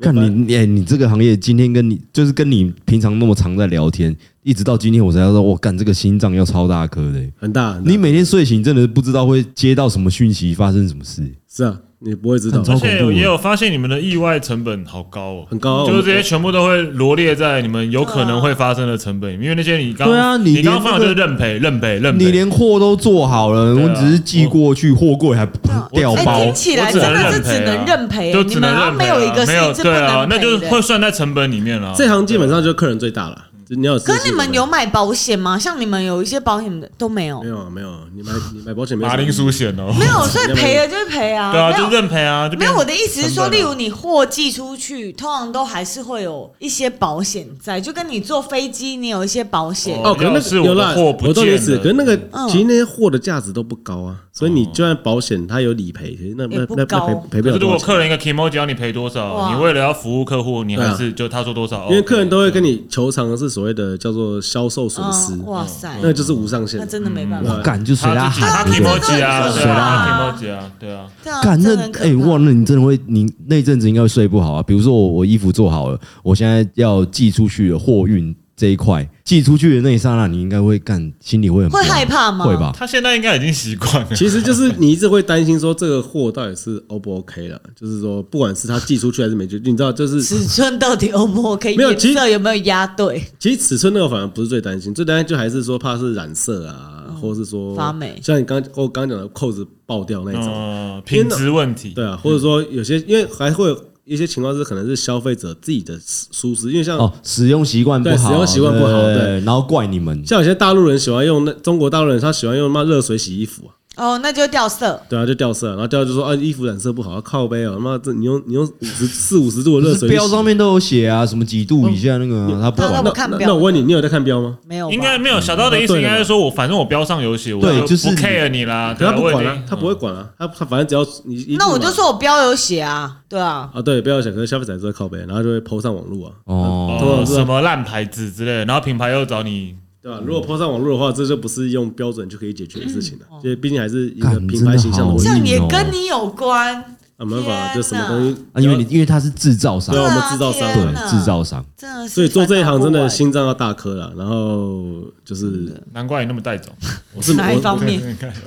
S2: 看你，哎、你这个行业今天跟你就是跟你平常那么常在聊天，一直到今天我才知道，我干这个心脏要超大颗的、欸
S3: 很大，很大
S2: 你每天睡醒真的不知道会接到什么讯息，发生什么事。
S3: 是啊，你不会知道
S2: 很。糟
S5: 而
S2: 糕
S5: 且也有发现你们的意外成本好高哦，
S3: 很高哦
S5: 就是这些全部都会罗列在你们有可能会发生的成本里面，因为那些你刚
S2: 对啊你
S5: 你刚刚
S2: 连
S5: 分
S2: 那
S5: 享
S2: 个
S5: 就是认赔、认赔、认赔，
S2: 你连货都做好了，
S5: 对啊
S2: 我们只是寄过去，货柜还掉
S4: 哎、
S2: 包
S4: 听。起来
S5: 我
S4: 真
S5: 只能
S4: 的
S5: 认赔啊
S4: 是只能认赔、
S5: 就
S4: 你
S5: 只
S4: 们
S5: 能
S4: 好
S5: 认
S4: 像
S5: 赔
S4: 没有一个
S5: 啊
S4: 是
S5: 没有
S4: 一直不
S5: 对啊
S4: 能，
S5: 那就是
S4: 赔
S5: 会
S4: 的。
S5: 算在成本里面啊了。
S3: 这行基本上就是客人最大了，就你要有
S4: 可
S3: 自
S4: 是
S3: 信
S4: 你们
S3: 心
S4: 有买保险吗？像你们有一些保险的都没有
S3: 没，有啊？没有啊，你买你买保险没有
S5: 马铃薯险哦，
S4: 没有，所以赔了就是赔啊。
S5: 对啊，
S4: 没有
S5: 就认赔啊，就
S4: 没
S5: 变
S4: 有，我的意思是说，
S5: 成本
S4: 例
S5: 啊
S4: 如你货寄出去，通常都还是会有一些保险在，就跟你坐飞机，你有一些保险。
S5: 哦
S3: 哦，可能那
S5: 要是
S3: 个
S5: 我的
S3: 有啦，
S5: 货不
S3: 我懂你意
S5: 见
S3: 思。
S5: 了
S3: 可是那个
S4: 嗯
S3: 其实那些货的价值都不高啊，所以你
S5: 哦
S3: 就算保险它有理赔，其实那那
S4: 也不
S3: 那那
S4: 高
S3: 赔赔不
S5: 可
S3: 了
S5: 是如
S3: 多
S5: 果
S3: 少钱。
S5: 客人一个 KMO 要你赔多少，
S4: 哇
S5: 你为了要服务客户，你还
S3: 对啊
S5: 是就他说多少，哦
S3: 因为客人都会
S5: 你。
S3: 跟你求偿的是所谓的叫做销售损失，
S4: 嗯哇塞，
S3: 那就是哦嗯无上限
S4: 那
S3: 的。
S4: 真的没办法。
S2: 我干就随
S5: 他
S2: 他
S5: 他
S2: 喊，对
S5: k
S2: 不
S5: m o
S2: 对
S4: 这个
S5: j 啊，
S4: 这
S5: 对
S4: 个
S5: 啊 k m o j 啊，对啊，
S4: 对啊，
S2: 干
S4: 真
S2: 那
S4: 的很可
S2: 哎、
S4: 怕
S2: 哇，那你真的会，你那阵子应该会睡不好啊。比如说我我衣服做好了，我现在要寄出去的货运这一块，寄出去的那一刹那，你应该会干，心里会很
S4: 会
S2: 不安
S4: 害怕吗
S2: 会吧？
S5: 他现在应该已经习惯了。
S3: 其实就是你一直会担心说这个货到底是 O 不 OK 了，就是说不管是它寄出去还是没寄，你知道就是
S4: 尺寸到底 O 不 OK？
S3: 没有
S4: 颜
S3: 其实
S4: 色有没有压对？
S3: 其实尺寸那个反而不是最担心，最担心就还是说怕是染色啊，或是说
S4: 哦发霉
S3: 像你刚我刚讲的扣子爆掉那种，
S5: 嗯，品质问题，
S3: 对啊，或者说有些因为还会有一些情况是可能是消费者自己的疏失，因为像
S2: 哦，使用习惯不好，
S3: 对使用习惯不好
S2: 然后怪你们。
S3: 像有些大陆人喜欢用那中国大陆人他喜欢用那热水洗衣服啊，
S4: 哦，那就掉色。
S3: 对啊就掉色，然后掉就说啊衣服染色不好，啊靠背哦，他妈这你用你用五十四五十度
S2: 不
S3: 的热
S2: 是
S3: 水去洗 哦
S2: 标上面都有写啊，什么几度以下那个啊，他不
S4: 他
S2: 管
S4: 不
S3: 那。
S4: 看标
S3: 那那我问你，你有在看标吗？
S4: 没有吧，
S5: 应该没有小刀的意思，应该是说我反正我标上有写，我
S2: 对就是
S5: 不 care 你啦，
S3: 可
S5: 对
S3: 他
S5: 啊
S3: 不
S5: 我已
S3: 管
S5: 经
S3: 啊，他不会管啊，他他反正只要你一
S4: 那我
S3: 定嘛
S4: 就说我标有写啊，对啊，
S3: 啊，对，不要想，可是消费者还是会靠背，然后就会 PO 上网络啊，
S2: 哦，
S5: 哦什么烂牌子之类的，然后品牌又找你，
S3: 对啊吧？如果 PO 上网络的话，这就不是用
S4: 嗯
S3: 标准就可以解决的事情了，因为毕竟还是一个
S2: 干
S3: 品牌形象的
S2: 真的好
S3: 问
S4: 这
S3: 题。
S4: 样
S2: 硬
S4: 也
S2: 哦
S4: 跟你有关。
S3: 啊，没办法，
S4: 天
S3: 就什么东西
S2: 啊，因为你因为他是制造商
S3: 对，，我们
S4: 啊
S3: 制造商
S4: 天
S2: 对
S4: 哪
S2: 制造商，
S4: 真的是，
S3: 所以做这一行真的，心脏要大颗了。然后就是
S5: 难怪你那么带走。
S3: 我是
S4: 哪一
S3: 我
S4: 方 面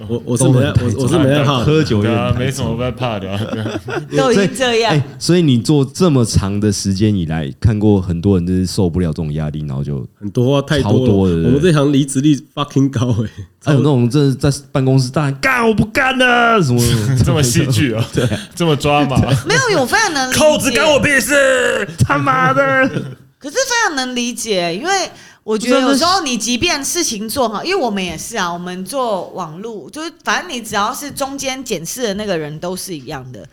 S3: 我我是没
S2: 都很带
S3: 我我是没办法，
S2: 喝酒也
S5: 对啊
S2: 很，
S5: 没什么不 怕的啊。对啊
S4: 都已
S2: 所以
S4: 经这样
S2: 哎、，所以你做这么长的时间以来，看过很多人就是受不了这种压力，然后就
S3: 很多啊，太
S2: 超
S3: 多
S2: 多了
S3: 了。我们这行离职率 fucking 高哎，
S2: 还有那种真的在办公室大喊干我不干了什么
S5: 这么戏剧啊，这么抓马，啊
S3: 啊
S4: 没有，有非常能理解
S5: 扣子干我屁事！
S2: 他妈的，
S4: 可是非常能理解，因为我觉得有时候你即便事情做好，因为我们也是啊，我们做网络，就是反正你只要是中间检视的那个人都是一样的，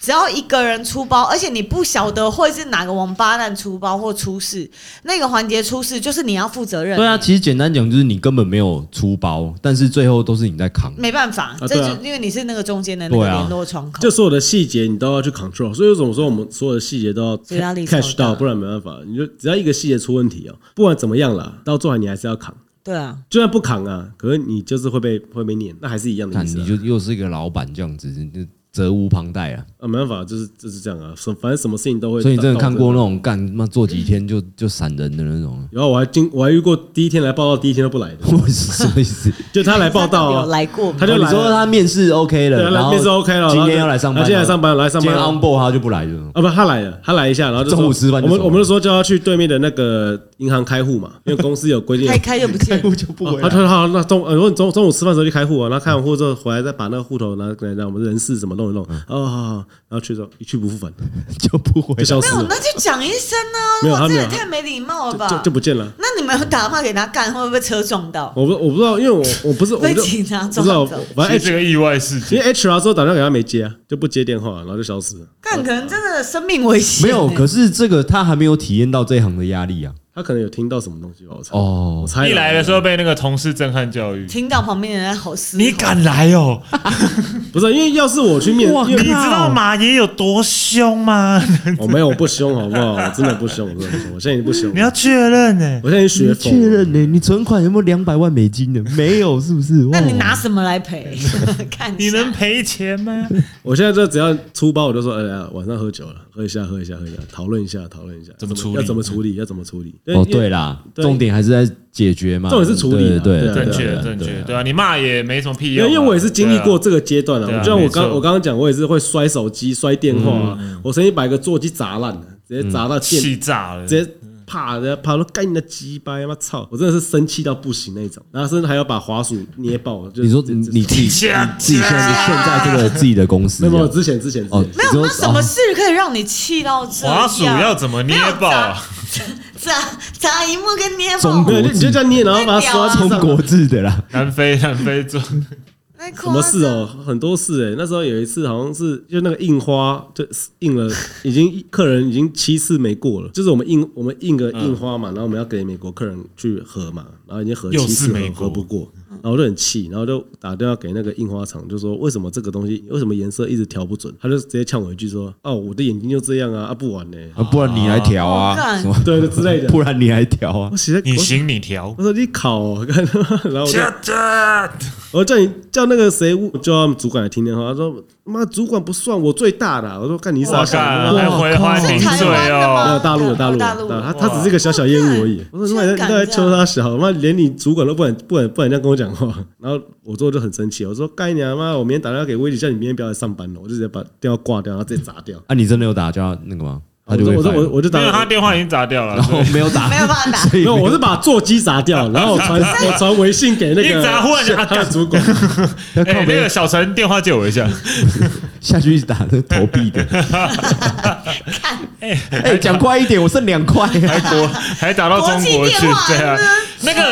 S4: 只要一个人出包，而且你不晓得会是哪个王八蛋出包或出事，那个环节出事就是你要负责任。
S2: 对啊，，其实简单讲就是你根本没有出包，但是最后都是你在扛。
S4: 没办法，
S3: 啊
S4: 这
S3: 对啊
S4: 就因为你是那个中间的那个
S2: 对啊
S4: 联络窗口。
S3: 就所有的细节你都要去 control。所以为什么说我们所有的细节都要
S4: 所以压力
S3: catch
S4: 超大
S3: 到，不然没办法。你就只要一个细节出问题哦，不管怎么样啦，到最后你还是要扛。
S4: 对啊，
S3: 就算不扛啊，可是你就是会被会被念，那还是一样的
S2: 看
S3: 意思、
S2: 你
S3: 啊。
S2: 就又是一个老板这样子，你就责无旁贷啊。
S3: 啊，没办法，就是就是这样啊，什反正什么事情都会。
S2: 所以你真的看过那？种干妈做几天就就闪人的那种，
S3: 然后我还经我还遇过第一天来报道，第一天都不来的，
S2: 我是什么意思？
S3: 就他来报道
S4: 有
S3: 啊，
S4: 来过吗
S3: 他？就
S2: 哦你
S3: 来
S2: 说
S3: 了，
S2: 他面试 OK
S3: 对
S2: 了，
S3: 啊
S2: 然后
S3: 面试 OK 了然后啊
S2: 今天要来上班了，
S3: 他今天来上班来上班
S2: 今天 on board 他就不来了。
S3: 啊不，他来了，他来一下，然后就说
S2: 中午吃饭就
S3: 我
S2: 走
S3: 们
S2: 了
S3: 我们就说叫他去对面的那个银行开户 嘛，因为公司有规定。
S4: 开一开就不
S3: 哎
S4: 见，
S2: 我就不回
S3: 他。说好，那中呃，如果你中中午吃饭的时候去开户啊，然后开完户之后回来再把那个户头拿来让我们人事怎么弄一
S2: 嗯
S3: 弄，哦，好好好然后去之后一去不复返，
S2: 就不回
S3: 就消
S4: 没
S3: 失
S4: 有，
S3: 了，
S4: 那就讲一声啊！
S3: 没有
S4: 哇
S3: 他
S4: 这
S3: 没有
S4: 也太没礼貌了吧？
S3: 就就不见了。
S4: 那你们有打电话给他干，会不会被车撞到？
S3: 我不我不知道，因为我我不是我
S4: 被
S3: 不就
S4: 警察
S3: 不知道，
S4: 抓走
S3: 我反正哎
S5: 其
S3: H
S5: 实这个意外事
S3: 因
S5: 件，
S3: 为 HR 之后打电话给他没接啊，就不接电话，然后就消失了。
S4: 干，可能真的生命危险、
S2: 没有，可是这个他还没有体验到这一行的压力啊。
S3: 他可能有听到什么东西吧，我猜。
S2: 哦
S3: 我猜啦
S5: 一来的时候被那个同事震撼教育，
S4: 听到旁边人在吼嘶吼，
S5: 你敢来哦？
S3: 哎不是因为要是我去面，因
S5: 你知
S3: 为
S5: 道马爷有多凶吗？
S3: 我没有我不凶好不好？我真的不凶，我真的不凶，我现在已经不凶
S5: 你。要确认呢。
S3: 我现在已经学
S2: 你
S3: 疯了
S2: 确认呢？嗯你存款有没有两百万美金呢？没有，是不哦是？
S4: 那你
S2: 哇
S4: 拿什么来赔？
S3: 哦
S4: 看一
S5: 你
S4: 下
S5: 能赔钱吗？
S3: 我现在就只要出包，我就说，哎呀，晚上喝酒了，喝一下，喝一下，喝一下，讨论一下，讨论一下，
S5: 怎么处理
S3: 要怎么处理，要怎么处理？
S2: 哦，
S3: 因为
S2: 对啦，
S3: 对
S2: 重点还是在解决嘛。
S3: 重点是处理啊
S2: 对
S3: 对啊
S2: 对，
S5: 正确
S2: 对，
S5: 正确，
S2: 对
S5: 对啊，你骂也没什么屁用啊。
S3: 因为我也是经历过
S5: 对啊，
S3: 这个阶段
S5: 对啊
S3: 啊，就像我
S5: 没错嗯
S3: 刚我刚刚讲，我也是会摔手机、摔电话啊，我曾经把一个座机砸烂了，直接砸到电
S5: 气炸了，
S3: 直接怕人家怕说干你的鸡巴，妈操！我真的是生气到不行那种，然后甚至还要把滑鼠捏爆。就
S2: 你说你你自己你自己现在现在这个自己的公司
S3: 没有没有
S2: 啊，
S3: 之前之前之
S2: 哦
S3: 前，
S4: 没有，
S2: 你说
S4: 那什么事可以让你气到这样？
S5: 滑鼠要怎么捏爆啊？
S4: 砸砸荧幕跟捏
S2: 中
S4: 爆
S3: 没
S2: 国，
S3: 有就你就这样捏，然后把它刷
S4: 那
S2: 中
S3: 地上
S2: 国字的啦。
S5: 南非南非 做
S4: 那什
S3: 什么事？哦？很多事
S5: 啊
S3: 哎、那时候有一次好像是就那个印花，就印了，已经客人已经七次没过了。就是我们印我们印个印花嘛，然后我们要给美国客人去合嘛，然后已经合
S5: 又
S3: 七
S5: 是
S3: 次
S5: 美
S3: 合
S5: 国
S3: 合不过，然后我就很气，然后就打电话给那个印花厂，就说为什么这个东西为什么颜色一直调不准？他就直接呛我一句说：“哦，我的眼睛就这样啊，啊不玩呢、
S2: 啊，不然你来调
S4: 哦
S2: 啊，
S4: 干
S2: 什么？
S3: 对之类 的。
S2: 不然你来调啊
S3: 我，写在
S5: 你
S3: 我
S5: 行你调
S3: 我，说你考、哦， 看然后我就
S5: 这
S3: 我叫你叫那个谁，叫他们主管来听电话。他说：“妈，主管不算，我最大的啊。”我说：“干你傻
S5: 哇
S3: 小
S5: 干，
S3: 子！”
S5: 还回花顶
S4: 是台
S5: 水
S4: 湾的
S5: 哦
S4: 吗。
S3: 没有大陆的
S4: 大
S3: 大
S4: 陆
S3: 陆
S4: 大
S3: 的
S4: 陆，
S3: 他他只是个小小业务而已。我说：“妈，你
S4: 居然敢
S3: 在
S4: 这样
S3: 求他小，妈连你主管都不敢不敢不敢这样跟我讲话。”然后我最后就很生气，我说：“干你娘妈！我明天打电话给威利，叫你明天不要来上班了。”我就直接把电话挂掉，然后直接砸掉。
S2: 啊，你真的有打叫他那个吗？他
S3: 我
S2: 就会
S3: 就哦我就
S2: fire
S3: 我我就
S5: 因为
S3: 打
S5: 他，电话已经砸掉了，
S2: 然后
S5: 所以
S2: 没有打，
S4: 没有办法 打
S2: 所以
S3: 没有，我是把座机砸掉，然后我 传我传微信给那
S5: 一
S3: 个
S5: 砸忽然就啊
S3: 他的主管。
S2: 要
S5: 哎，
S2: 靠
S5: 那
S2: 边
S5: 个小陈电话借我 一下，
S2: 下去打那投币的。哎，讲快一点，我剩两块
S5: 还
S2: 啊。
S5: 国还打到中
S4: 国
S5: 国
S4: 际
S5: 去
S4: 电话，
S5: 对啊
S4: 真的是啊，
S5: 那个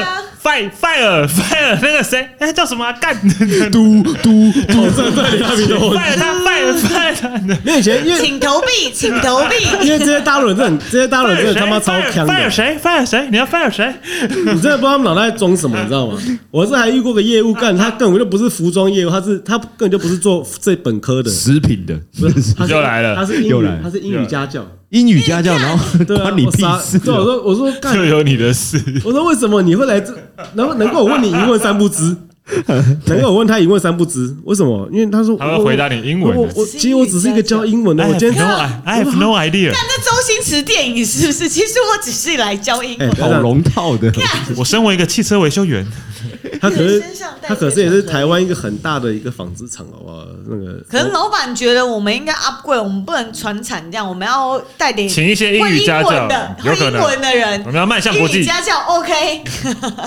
S5: fire fire fire 那个谁，哎叫什么啊干 fire
S2: 嘟嘟嘟，
S3: 这这里他比我
S5: 他 fire fire 他，
S3: 没有以前因为
S4: 请投币，请投 币。
S3: 因为这些大陆人真的很，这些大陆 人真的他妈超强的，
S5: fire 谁 fire 谁，你要 fire 谁？
S3: 你真的不知道他们脑袋在装 什么，你知道吗？我是还遇过个业务干，他根本就不是服装业务，他是他根本就不是做这本科的，
S2: 食品的
S3: 不是他是
S5: 又来了
S3: 他是英
S2: 又
S3: 语
S2: 来了，
S3: 他是英语家教，
S2: 英语家教，然后
S3: 对啊，
S2: 关你
S3: 我
S2: 屁
S3: 傻
S2: 事
S3: 对，我
S2: 哦。
S3: 说我说干
S5: 就，有你的事。
S3: 我说为什么你会来这？然后难怪我问你一问三不知，难怪我问他一问三不知，为什么？因为他说
S5: 他会回答你英文哎的
S3: 我我其实我只是一个教英文的，
S5: I
S3: 我
S5: have
S3: 今
S5: no,
S3: 天
S5: I I have no idea，
S4: 那周星驰电影是不是？其实我只是来教英文
S3: 哎。
S2: 好龙套 的，
S5: 我身为一个汽车维修 员，
S3: 他可是
S4: 身上带
S3: 他可是也
S4: 一
S3: 是
S4: 个小
S3: 台湾一个很大的一个纺织厂，好不好？那个
S4: 可能老板觉得我们应该 upgrade，我们不能传产这样，我们要带点
S5: 请一些英语家教
S4: 会英文的，
S5: 有
S4: 会
S5: 可
S4: 英
S5: 能
S4: 文的人
S5: 我，们要迈向国
S4: 英语
S5: 际。
S4: 家教 OK。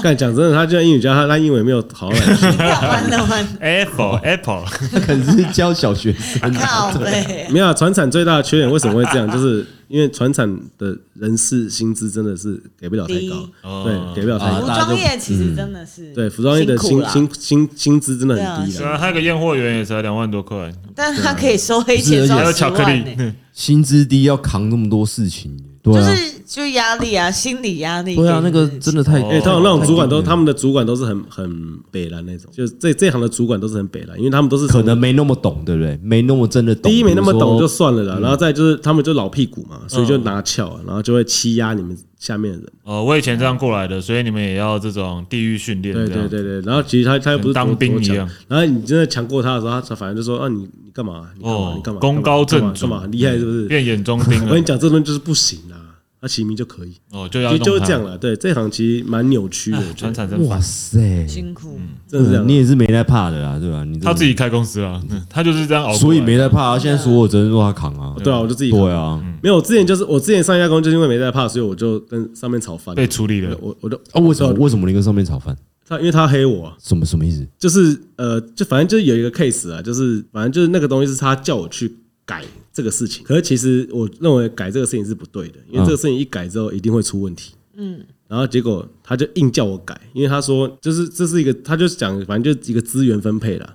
S3: 干讲真的，他就算英语教他，他英文也没有好到哪里去
S4: 完了 完了，
S5: Apple Apple，
S2: 他可能是教小学生的。
S4: 靠背。
S3: 没有啊船产最大的缺点为什么会这样？就是 因为船产的人事薪资真的是给不了太
S4: 低
S3: 高，
S5: 哦
S3: 对，啊给不了太
S2: 啊
S3: 高
S4: 服。
S2: 大家就
S4: 装业其实真的是、
S3: 嗯对，服装业的
S4: 辛苦
S3: 薪
S4: 啦，
S3: 薪薪薪资真的很低
S5: 对
S3: 的。
S5: 啊，他有个验货员也才两万多块，
S4: 但他可以收黑
S2: 是而且
S3: 啊
S4: 钱收
S5: 还有
S4: 十
S5: 巧克
S4: 万呢、
S5: 力，嗯
S2: 薪资低要扛那么多事情，对
S4: 就
S2: 啊，
S4: 是就压力啊，心理压力。
S2: 对啊，那个真的太，
S5: 哦
S3: 哎、欸，通常那种主管都，
S2: 太
S3: 他们的主管都是很很北蓝那种，就是这这行的主管都是很北蓝，因为他们都是
S2: 可能没那么懂，对不对？没那么真的懂，
S3: 第一没那么懂
S2: 比
S3: 就
S2: 如说
S3: 算了啦，然后再就是他们就老屁股嘛，所以就拿翘啊，然后就会欺压你们下面的人。
S5: 呃，我以前这样过来的，所以你们也要这种地狱训练，
S3: 对
S5: 这样
S3: 对对对，然后其实他他又不是
S5: 跟当兵一
S3: 多
S5: 样
S3: 强，然后你真的强过他的时候，他他反正就说啊你你干嘛？你干嘛？
S5: 哦
S3: 你干，嘛？
S5: 功高嗯震主，
S3: 主，干嘛？很厉害是不是？
S5: 变眼中钉
S3: 我跟你
S5: 了，
S3: 讲，这东西就是不行啊，他起名就可以，
S5: 哦，就要
S3: 就
S5: 弄
S3: 就是
S5: 他
S3: 这样。了。对，这行其实蛮扭曲的，我觉
S5: 船
S3: 得
S5: 产真
S2: 哇
S5: 烦，
S2: 塞，
S4: 辛苦。
S5: 嗯
S3: 真的是这样啊
S2: 嗯你。也是没在怕的啦，对吧？你真的
S5: 他自己开公司啊，嗯他就是这样熬过来的。
S2: 所以没在怕，啊现在所有责任都他扛啊，
S3: 对啊，我就啊自己
S2: 对啊，
S5: 嗯
S3: 没有，我之前就是我之前上一家公司，就是因为没在怕，所以我就跟上面吵翻了
S5: 被。处理了，
S3: 我我就
S2: 啊，为什么为什么你跟上面炒饭？
S3: 他，因为他黑我啊，
S2: 什么什么意思？
S3: 就是呃，就反正就是有一个 case 啊，就是反正就是那个东西是他叫我去改这个事情，可是其实我认为改这个事情是不对的，因为这个事情一改之后一定会出问题。嗯，然后结果他就硬叫我改，因为他说就是这是一个，他就讲反正就是一个资源分配啦。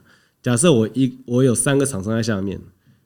S3: 假设我一我有三个厂商在下面，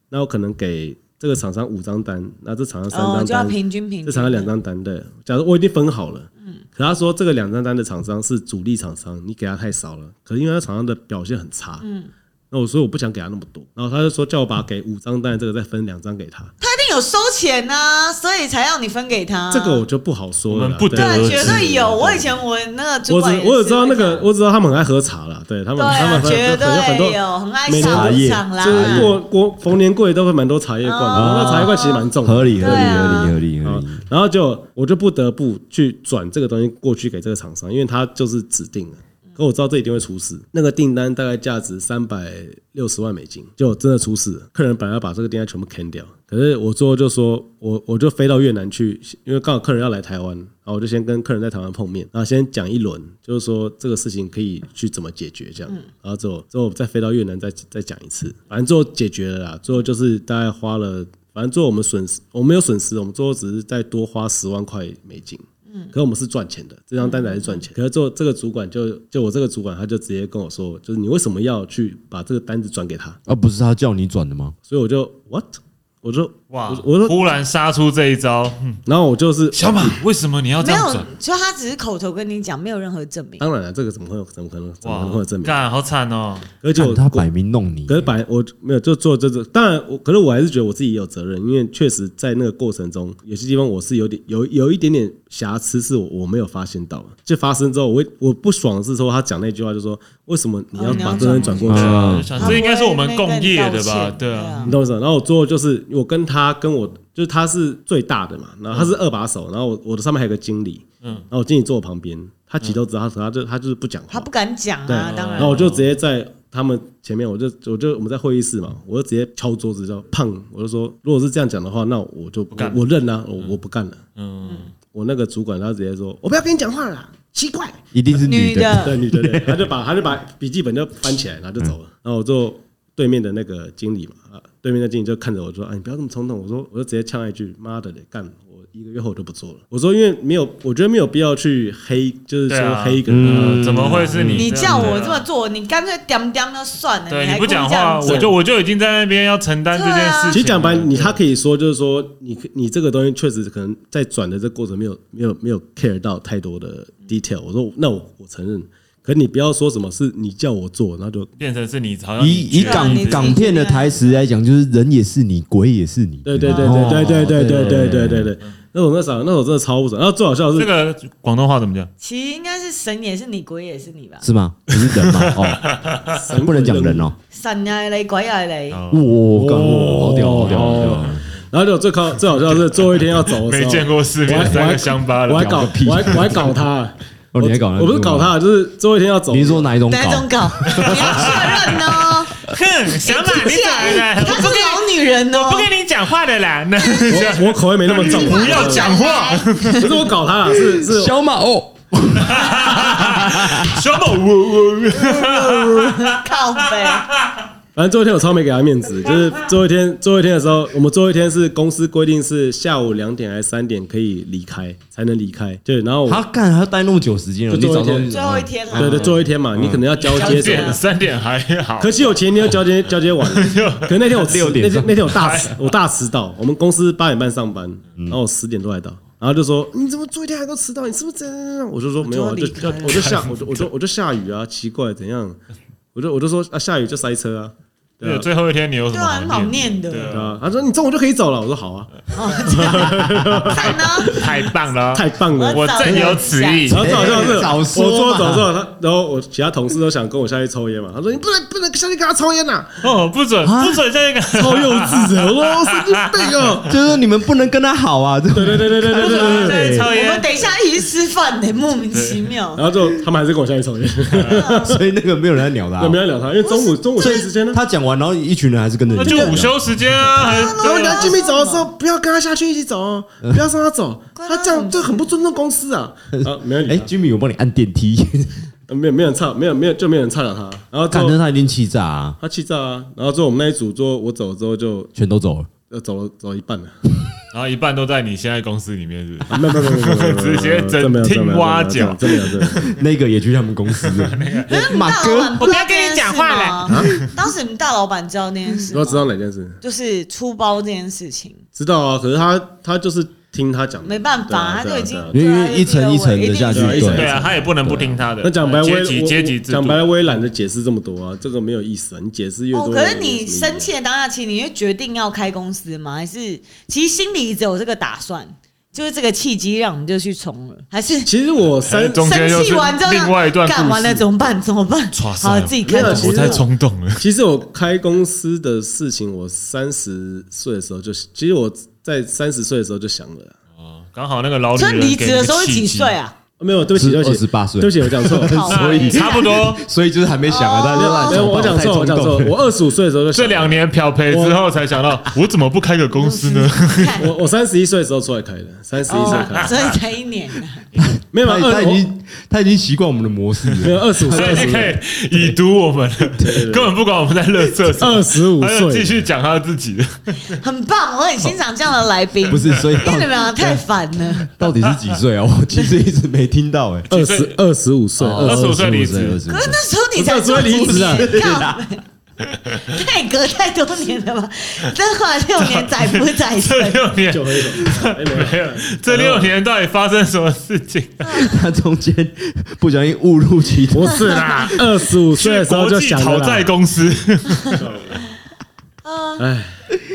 S3: 那我可能给这个厂商五张单，那这厂商三张
S4: 哦，
S3: 单，
S4: 就要平均平均。
S3: 这厂商两张单对，假如我已经分好了，
S4: 嗯
S3: 可他说这个两张单的厂商是主力厂商，你给他太少了，可是因为他厂商的表现很差，
S4: 嗯
S3: 那我所以我不想给他那么多，然后他就说叫我把给五张单的这个再分两张给他，
S4: 他一定有收钱呐、所以才让你分给他。
S3: 这个我就不好说
S5: 我
S3: 了
S5: 们
S3: 啦，
S5: 不
S4: 对
S5: 得
S4: 啊，
S5: 而知
S4: 绝对有。我以前我那个主
S3: 我只
S4: 管也是
S3: 我只知道那个
S4: 这，样
S3: 我只知道他们很爱喝茶啦，对他们
S4: 对
S3: 他
S4: 啊，
S3: 们很
S4: 绝
S3: 很很
S4: 对
S3: 多。
S4: 有，很爱
S3: 每年
S4: 上
S2: 都
S4: 场啦
S3: 就。是过过逢年过节都会蛮多茶叶罐的，
S4: 哦
S3: 那茶叶罐其实蛮重的，
S2: 合理合理
S4: 对啊
S2: 合理合理合
S3: 啊
S2: 理，
S3: 然后就我就不得不去转这个东西过去给这个厂商，因为他就是指定的。可我知道这一定会出事，那个订单大概价值三百六十万美金，结果真的出事了。客人本来要把这个订单全部 can 掉，可是我最后就说，我我就飞到越南去，因为刚好客人要来台湾，然后我就先跟客人在台湾碰面，然后先讲一轮，就是说这个事情可以去怎么解决这样，然后之后之后再飞到越南再再讲一次，反正最后解决了啦，最后就是大概花了反正最后我们损失，我们没有损失，我们最后只是再多花十万块美金。嗯，可是我们是赚钱的，这张单子还是赚钱。可是最后这个主管就就我这个主管，他就直接跟我说，就是你为什么要去把这个单子转给他？
S2: 啊，不是他叫你转的吗？
S3: 所以我就 what，我就
S5: 哇
S3: 我，我说，
S5: 忽然杀出这一招，嗯
S3: 然后我就是
S5: 小马，为什么你要这
S4: 没
S5: 样
S4: 有
S5: 转？，
S4: 就他只是口头跟你讲，没有任何证明。
S3: 当然了，这个怎么会有怎么可能怎么可能会有
S5: 哇
S3: 证，明？
S5: 干好惨哦！
S3: 而且
S2: 干
S3: 我
S2: 他摆明弄你
S3: 可，是摆我没有就做这种，当然我可是我还是觉得我自己也有责任，因为确实在那个过程中，有些地方我是有点有有一点点瑕疵，是我我没有发现到的。就发生之后，我我不爽的是说他讲那句话，就说为什么你要把这人转过去？
S5: 对啊
S2: 嗯
S5: 就想这应该是我们共业的吧？对啊，
S3: 你懂我意思吗？然后我最后就是我跟他跟我就是他是最大的嘛，然后他是二把手，然后我我的上面还有个经理，嗯，然后我经理坐我旁边，他其实都知道，他他就他就是不讲话，
S4: 他不敢讲
S3: 对
S4: 啊，当然
S3: 然后我就直接在他们前面，我就我就我们在会议室嘛，我就直接敲桌子叫胖，我就说，如果是这样讲的话，那我就
S5: 干了
S3: 我我认啊，我我不干了。
S5: 嗯，
S3: 我那个主管他直接说，我不要跟你讲话了啦，奇怪。
S2: 一定是
S4: 女
S2: 的，
S3: 对，女的，对 他就把他就把笔记本就翻起来，然后就
S5: 嗯
S3: 走了。然后我就对面的那个经理嘛，啊，对面的经理就看着我说：“啊，你不要这么冲动。”我说，我就直接呛了一句：“妈的嘞，干！我一个月后我就不做了。”我说，因为没有，我觉得没有必要去黑，就是
S5: 对
S3: 说
S5: 啊
S3: 黑一个人。
S5: 嗯，怎么会是你？
S4: 你叫我这么做，你干脆点点就算了，
S5: 啊对
S4: 你
S5: 你
S4: 还
S5: 不讲啊话，
S4: 故意
S5: 我
S4: 这样
S5: 就我就已经在那边要承担这件事情了。
S3: 其实讲白，你他可以说就是说，你你这个东西确实可能在转的这过程没有没有没有 care 到太多的 detail。我说那我我承认，可你不要说什么是你叫我做，那就
S5: 变成是你好像
S2: 以以
S5: 你去
S4: 啊
S2: 港
S4: 你自己
S2: 港片的
S4: 去啊
S2: 台词来讲，就是人也是你，鬼也是你。
S3: 对对对
S2: 哦
S3: 对对对对对对对
S2: 对。
S3: 对。那我那时候那时候真的超不爽，然后最好笑的
S5: 这
S3: 是，
S5: 个广东话怎么讲？
S4: 其实应该是神也是你，鬼也是你吧？
S2: 是吗？你是 人吗？哦，不能讲人哦。
S4: 神啊爱你，鬼爱你，
S5: 哦
S2: 哇，干哇，好屌，好屌，好屌！
S3: 然后就最靠最好笑的是最后一天要走的时
S5: 没
S3: 候，
S5: 见过世
S3: 我还
S5: 面，
S3: 我
S5: 三
S3: 还
S5: 个乡巴
S3: 我还
S5: 佬，
S3: 搞
S2: 个屁
S3: 我还我还搞他，
S2: 哦，你还搞那个？
S3: 我不是搞他，就是最后一天要走
S2: 你，是说哪一种
S4: 哪种
S2: 搞？
S4: 搞？你要确 认哦，
S5: 哼，小马哎啊你
S4: 她
S5: 咋了？
S4: 是老女人哦，
S5: 你讲话的 啦，那
S3: 我我口味没那么重，
S5: 不要讲 话，
S3: 不是我搞他啦，是是
S2: 小马哦，
S5: 小马我我
S4: 靠 背，
S3: 反正最后一天我超没给他面子，就是最后一天，最后一天的时候，我们最后一天是公司规定是下午两点还是三点可以离开才能离开，对，然后我
S2: 他干，他待那么久时间了，
S3: 就
S2: 你早
S3: 最后
S2: 上
S3: 一天
S4: 最后一天啊
S3: 对
S4: 了，
S3: 对最后一天嘛，
S2: 嗯
S3: 你可能要交接
S5: 三
S3: 什么
S5: 点
S3: 的。
S5: 三点还好，
S3: 可惜我前一天就交接交接完了，可是那天我迟
S2: 六点
S3: 那天那天我大 迟我大迟到，我们公司八点半上班，
S2: 嗯
S3: 然后我十点多才到。然后就说你怎么最后一天还都迟到？你是不是这样？我就说没有啊，就就我就下我就我就我就下雨啊，奇怪怎样？我就我就说啊下雨就塞车啊，对
S5: 对
S3: 啊
S5: 最后一天你有什
S4: 对
S5: 么
S4: 啊，很好念
S5: 对
S4: 的，
S5: 啊
S3: 对啊。他说你中午就可以走了，我说好啊，
S4: 看呢，
S5: 太棒了，
S3: 太棒了，
S5: 我正有此意
S3: 然。后最好笑的是，
S2: 早
S3: 我
S2: 说嘛
S3: 做早之后，他然后我其他同事都想跟我下去抽烟嘛，他说你不能不能下去跟他抽烟呐，
S5: 哦，不准不准下一个，
S3: 超幼稚的，我说神经病哦。
S2: 啊就是说你们不能跟他好啊。对
S3: 对对对对对对对对对。
S5: 对
S4: 我们等一下一起吃饭呢，莫名其妙
S3: 然，后就他们还是跟我下去抽烟，
S2: 所以那个没有人在鸟他
S3: 那。没人聊他，因为中午中午休息时间呢，
S2: 他讲完，然后一群人还是跟着你
S5: 那就午休时间 啊，还
S3: 然后你要进去走的时候，不要跟他下去一起走哦，不要让他走，他这样就很不尊重公司啊。啊，没人
S2: 哎
S3: 理他
S2: ，Jimmy，我帮你按电 梯。
S3: 呃，没有没有人差，没有没有就没有人差了他。然后最
S2: 感
S3: 后
S2: 觉他已经气炸啊，
S3: 他气炸啊，然后最后我们那一组，最后我走了之后就
S2: 全都走了。
S3: 呃走了走了一半了。
S5: 然后一半都在你现在公司里面，是不是？
S3: 没有没有没有没有没有，
S5: 直接整
S3: 真没有
S5: 厅
S3: 真没有
S5: 挖
S3: 真没有
S5: 角
S3: 真没有真没有。真没有
S2: 那个也去他们公司， 哎
S4: 啊
S2: 马
S4: 大老板
S2: 哥
S4: 不知道这件事吗？当时你们大老板知道那件事
S3: 我知
S4: 吗？
S3: 道哪件事，
S4: 就是出包这件事情，
S3: 知道啊，可是他他就是听他讲的，
S4: 没办
S3: 对
S4: 法，
S3: 啊
S4: 他就已经
S3: 对啊
S2: 因为一层一层的下去，
S3: 对
S5: 对啊，
S2: 对，
S5: 他也不能不听他的。
S3: 那讲白我也
S5: 阶级
S3: 我
S5: 阶级制
S3: 讲
S5: 度
S3: 白，了我也懒得解释这么多啊，这个没有意思啊，你解释越
S4: 哦，
S3: 多。
S4: 可是你生
S3: 生
S4: 气的当下，其实你会决定要开公司吗？还是其实心里只有这个打算，就是这个契机让你就去冲了？还是
S3: 其实我三
S5: 中间又
S4: 生
S5: 是
S4: 气完之后
S5: 另外一段故事
S4: 干完了怎么办？怎么办？
S5: 哇塞
S4: 好，自己开
S3: 没有其
S4: 公
S3: 实
S5: 我
S4: 司
S5: 太冲动了。
S3: 其实我开公司的事情，我三十岁的时候就，其实我在三十岁的时候就想了啊。
S5: 哦 刚好那个老女
S4: 所以
S5: 人
S4: 离
S5: 给
S4: 职的
S5: 你
S4: 时候是
S5: 契
S4: 几
S5: 机
S4: 岁？啊？
S3: 啊没有，对不起，
S2: 是
S3: 对不起，
S2: 28岁
S3: 对不起，我讲错了。
S4: 靠
S2: 所以
S5: 差 不多，
S2: 所以就是还没想啊，大家就乱
S3: 没有，我讲错，我讲错，我二十五岁的时候就想
S5: 这
S3: 了
S5: 两年漂培之后才 想到，我怎么不开个公司呢？
S3: 我我三十一岁的时候出来开的，三十一岁开
S4: 哦，
S3: 的，
S4: 所以才一年啊，
S3: 没有，
S2: 他
S3: 二
S2: 他已经他已经习惯我们的模式
S3: 没
S2: 了，
S3: 有二十五岁，
S5: 所
S3: 二十
S5: 以你
S3: 五
S5: 可
S3: 岁
S5: 以已读我们了，根本不管我们在乐色什么，
S3: 25
S5: 还有
S3: 岁
S5: 继续讲他自己的。
S4: 很棒，我很欣赏这样的来宾。
S2: 不是？所以
S4: 因
S2: 到
S4: 为你们俩太烦了。
S2: 到底是几岁啊？我其实一直没听到哎，
S3: 二十二十五岁，
S5: 哦25岁离职
S2: 25
S4: 可是那时候你才
S3: 我早就
S4: 做
S3: 会离职了
S4: 几年靠北 太隔太多年了吧？这话六年载不载
S5: 这
S4: 生？
S5: 六年
S3: 就会
S5: 没有， 这六年到底发生什么事 情？
S2: 他中间不小心误入歧途
S3: 不，是啦， 二十五岁
S5: 去
S3: 的时候
S5: 国
S3: 就
S5: 际
S3: 想了
S5: 讨债
S3: 啦，
S5: 公司，
S3: 哎，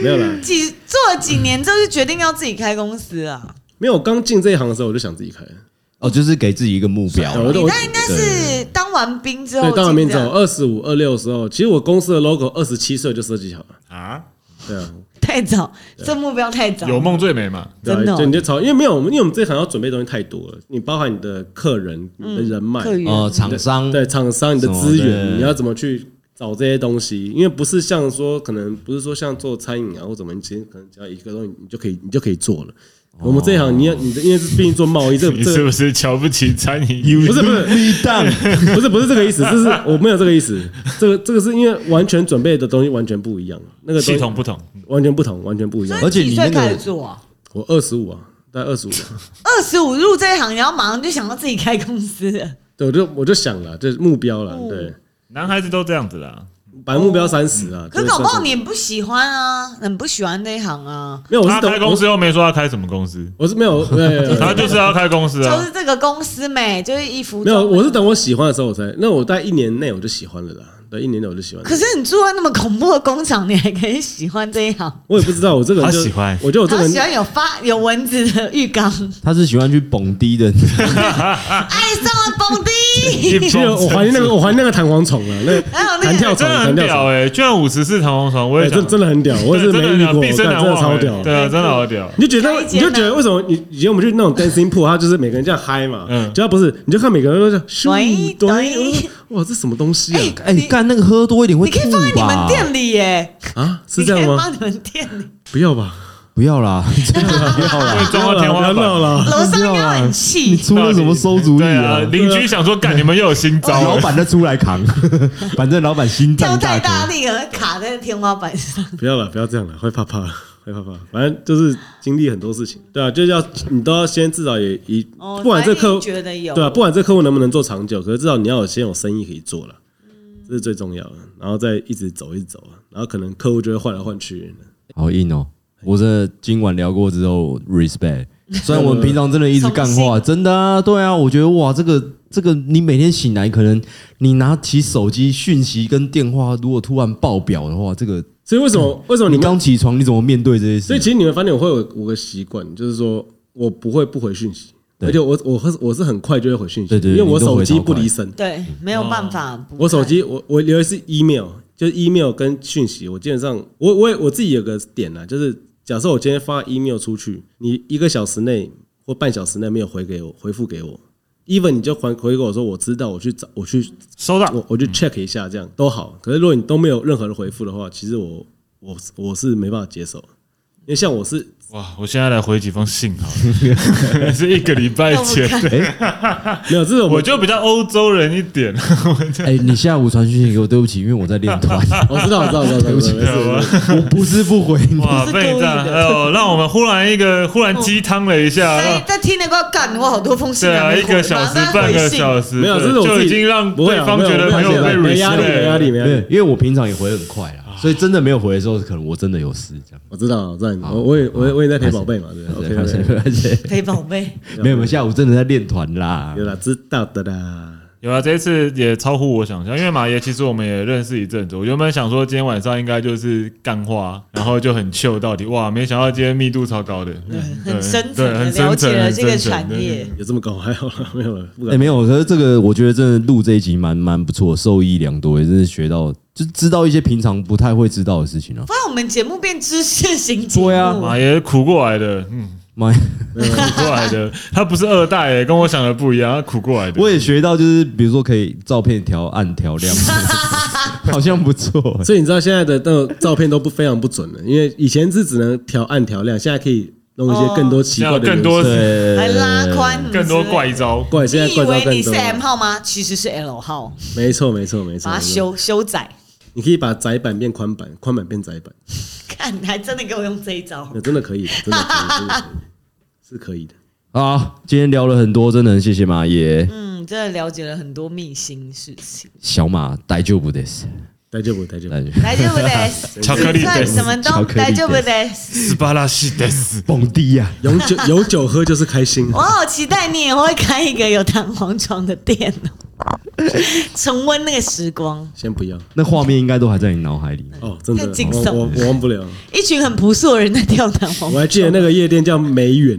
S3: 没有啦，
S4: 几做了几年，就是决定要自己开公司啊？
S3: 没有。我刚进这一行的时候我就想自己开，
S2: 哦，就是给自己一个目标
S3: 我
S2: 啦，
S3: 都
S4: 你那应该是当完兵之
S3: 对，
S4: 后进这样，
S3: 当完兵之后，呃二十五、二六的时候，其实我公司的 logo 二十七岁就设计好了。
S5: 啊，
S3: 对啊，
S4: 太早，这目标太早，
S5: 有梦最美嘛？
S3: 对啊
S4: 真的哦
S3: 就你就朝，因为没有，因为我们这一行要准备的东西太多了，你包含你的客人、你的人脉、
S4: 嗯客源
S2: 哦，厂商
S3: 对厂商、你的资
S2: 什么的
S3: 源，你要怎么去找这些东西？因为不是像说，可能不是说像做餐饮啊或怎么，你其实可能只要一个东西，你就可以，你就可以做了。我们这一行，你要你的，因为是毕竟做贸易，这个
S5: 你
S3: 这
S5: 是
S3: 个
S5: 不是瞧不起餐饮？
S3: 不是不是
S2: 立蛋，
S3: 不是不是这个意思，这是我没有这个意思。这个这个是因为完全准备的东西完全不一样，那个东西
S5: 系统不同，
S3: 完全不同，完全不一样。
S2: 而且你
S4: 几
S2: 那
S4: 岁
S2: 个
S4: 开始做啊？
S3: 我二十五啊，大概二十五，
S4: 二十五入这一行，然后马上就想到自己开公司了，
S3: 对，我就我就想了，这是目标了，
S4: 嗯
S3: 对。
S5: 男孩子都这样子啦。
S3: 本来目标三十啊。
S4: 可
S3: 就是
S4: 搞不好
S3: 算
S4: 你不喜欢啊，很不喜欢那一行啊，
S3: 没有，我
S5: 他
S3: 是
S5: 开
S3: 等
S5: 公司，又没说要开什么公司，
S3: 我是没有，没有没有没有
S5: 他就是要开公司
S4: 就
S5: 啊
S4: 是。这个公司美，就是衣服。
S3: 没有，我是。等我喜欢的时候我才。那我大概一年内我就喜欢了啦，对，一年内我就喜欢了。
S4: 可是你住在那么恐怖的工厂，你还可以喜欢这一行？
S3: 我也不知道，我这个人就
S5: 他喜欢
S3: 我觉得我这个
S4: 他
S3: 人
S4: 喜欢有发有蚊子的浴 缸，
S2: 他是喜欢去蹦迪的，
S4: 爱上了哎蹦迪，
S5: 一
S3: 其实我怀念那个，我怀念那个弹簧床啊，那
S4: 还 有那个
S3: 弹跳
S5: 真
S3: 床，
S5: 的
S3: 弹
S5: 很
S3: 跳
S5: 屌
S3: 床，
S5: 哎，居然五十四弹簧床，我
S3: 对，
S5: 也
S3: 真
S5: 想
S3: 真的很屌，我也是没
S5: 真的很
S3: 遇
S5: 屌
S3: 过，
S5: 毕
S3: 干真
S5: 生难
S3: 的
S5: 忘
S3: 超
S5: 欸，
S3: 屌。
S5: 对啊，真的好屌。
S3: 你就觉得，
S4: 开
S3: 你
S4: 间啊
S3: 就觉得为什么你以前我们去那种 dancing pool，他就是每个人这样嗨嘛，
S5: 嗯
S3: 只要不是，你就看每个人都是
S4: 对
S3: 咻咚，我说哇，这什么东西啊？
S2: 哎，干那个喝多一点会
S4: 你可以
S2: 吐
S4: 放在你们
S2: 吧？
S4: 店里耶，
S3: 啊，是
S4: 你
S3: 这
S4: 可以
S3: 样吗？
S4: 放你们店里，
S3: 不要吧，
S2: 不要啦，真的不要啦，
S5: 会撞到天
S3: 不
S5: 花
S3: 要
S5: 板，
S3: 闹了，
S4: 楼上应该很
S2: 你
S4: 气。
S2: 出了什么馊主意
S5: 对啊
S2: 啊？
S5: 邻居想说，干你们又有新招
S2: 老
S5: 了，
S2: 板再出来扛， 反正老板心
S4: 跳
S2: 脏
S4: 太大
S2: 大
S4: 力了，卡在天花板上。
S3: 不要了，不要这样了，会怕怕， 会怕怕。反正就是经历很多事情，对啊，就是要你都要先至少也一，
S4: 哦
S3: 不管这
S4: 反正
S3: 客
S4: 你觉得有
S3: 对啊，不管这客户能不能做长久，可是至少你要有先有生意可以做了，这是最重要的。然后再一直走，一直走，然后可能客户就会换来换去。
S2: 好硬哦！我真的今晚聊过之后，respect。虽然我们平常真的一直干话，真的啊，对啊，我觉得哇，这个这个，你每天醒来，可能你拿起手机讯息跟电话，如果突然爆表的话，这个
S3: 所以为什么为什么你
S2: 你
S3: 们？
S2: 刚起床，你怎么面对这些
S3: 所以
S2: 事？
S3: 其实你们发现我会有五个习惯，就是说我不会不回讯息，
S2: 对
S3: 而且我我我是很快就会回讯息，
S2: 对对
S3: 因
S2: 对
S3: 为我
S2: 你都
S3: 手
S2: 回
S3: 机
S2: 超
S3: 不
S2: 快
S3: 离身，
S4: 对，没有办法不看。
S3: 哦我手机我我留的是 email，就是 email 跟讯息，我基本上我我也我自己有个点呢、就是假设我今天发 email 出去，你一个小时内或半小时内没有回给我回复给我，even 你就还回给我说我知道，我去找我去
S5: 收到。
S3: 我我去 check 一下，这样都好。可是如果你都没有任何的回复的话，其实我我我是没办法接受，因为像我是
S5: 哇，我现在来回几封信好 了，是一个礼拜前
S4: 都不看
S5: 的，
S3: 没有这种
S5: 我就比较欧洲人一点，
S2: 哎，你下午传讯息给我，对不起，因为我在练团，
S3: 我知道我知道我知道，对不起，没事没事
S2: 啊我不是不回你。
S5: 哇，
S4: 不是
S5: 被你这样，
S4: 故意
S5: 哎
S4: 的
S5: 呦，让我们忽然一个忽然鸡汤了一下，
S4: 谁
S5: 让
S4: 哎在听那个干？我好多封信
S5: 啊对啊，
S4: 还没
S5: 一
S4: 回
S5: 个小时
S4: 嗯马上
S5: 半
S4: 回
S5: 个
S4: 信
S5: 小时，
S3: 没有，这是
S5: 对
S3: 我
S5: 就
S3: 自
S5: 已
S3: 己
S5: 经让
S3: 不会
S5: 对
S3: 啊
S5: 方觉得
S3: 没
S5: 有
S3: 有
S5: 被
S3: 没有压力，
S5: respect
S3: 没压力，没压
S2: 对，
S3: 力。
S2: 因为我平常也回得很快啦，所以真的没有回的时候，可能我真的有事这样。
S3: 我知道，我知道你，
S2: 好
S3: 我我也我也
S2: 好
S3: 我也在陪宝贝嘛，对，OK
S2: 而且
S3: OK，
S2: 而且
S4: 陪宝贝，
S2: 没有，我下午真的在练团啦
S3: 有。啦，知道的啦。
S5: 有啊，这一次也超乎我想象，因为马爷其实我们也认识一阵子，我原本想说今天晚上应该就是干话，然后就很 chill 到底，哇，没想到今天密度超高的，嗯对
S4: 很深层
S5: 对
S4: 的
S5: 很深
S4: 了解
S5: 层
S4: 了这个
S5: 很深层
S4: 产
S5: 对
S4: 业。
S3: 有这么高，还好啦，没有了，不
S2: 哎、
S3: 敢。
S2: 没有，可是这个我觉得真的录这一集蛮蛮不错，受益良多，也真是学到，就知道一些平常不太会知道的事情啊。
S4: 不 然我们节目变知识型节目。
S2: 对啊
S5: 马爷苦过来的， 嗯，
S2: 妈呀，
S5: 苦过来的，他不是二代耶，跟我想的不一样，他苦过来的。
S2: 我也学到，就是比如说可以照片调暗调亮， 好像不错、欸。
S3: 所以你知道现在的那种照片都不非常不准了，因为以前是只能调暗调亮，现在可以弄一些更多奇
S4: 哦
S3: 怪的
S5: 更多
S3: 元素
S2: 对，
S4: 还拉宽
S5: 更多怪。招，
S3: 怪，现在
S4: 你以
S3: 怪招
S4: 为
S3: 更
S4: 你是
S3: 多。
S4: M 号吗？其实是 L 号，
S3: 没错没错没错，
S4: 把
S3: 没
S4: 它
S3: 错。
S4: 修修窄。
S3: 你可以把窄版变宽版，宽版变窄版，
S4: 看，你还真的给我用这一招
S3: 那。真的可以的，真的可以，真的可以，是可以的。
S2: 好，今天聊了很多，真的很谢谢马爷，
S4: 嗯，真的了解了很多秘辛事情。
S2: 小马大丈夫です。
S3: 大丈夫大丈夫
S2: 大。丈夫
S4: 来就不得，
S5: 巧克力
S4: 算
S5: des
S4: 什么
S2: 巧
S4: 都
S2: 克力
S4: 来就不得。
S5: 斯巴拉西德斯。
S2: 蹦迪啊呀、
S3: 有酒有酒喝就是开心
S4: 我，好期待你也会开一个有弹簧床的店哦，重温那个时光。
S3: 先不要
S2: 那画面应该都还在你脑海里。
S3: 哦，真的
S4: 太惊，悚
S3: 我我我忘不了。
S4: 一群很朴素的人在跳弹簧
S3: 我
S4: 床，
S3: 还记得那个夜店叫梅园，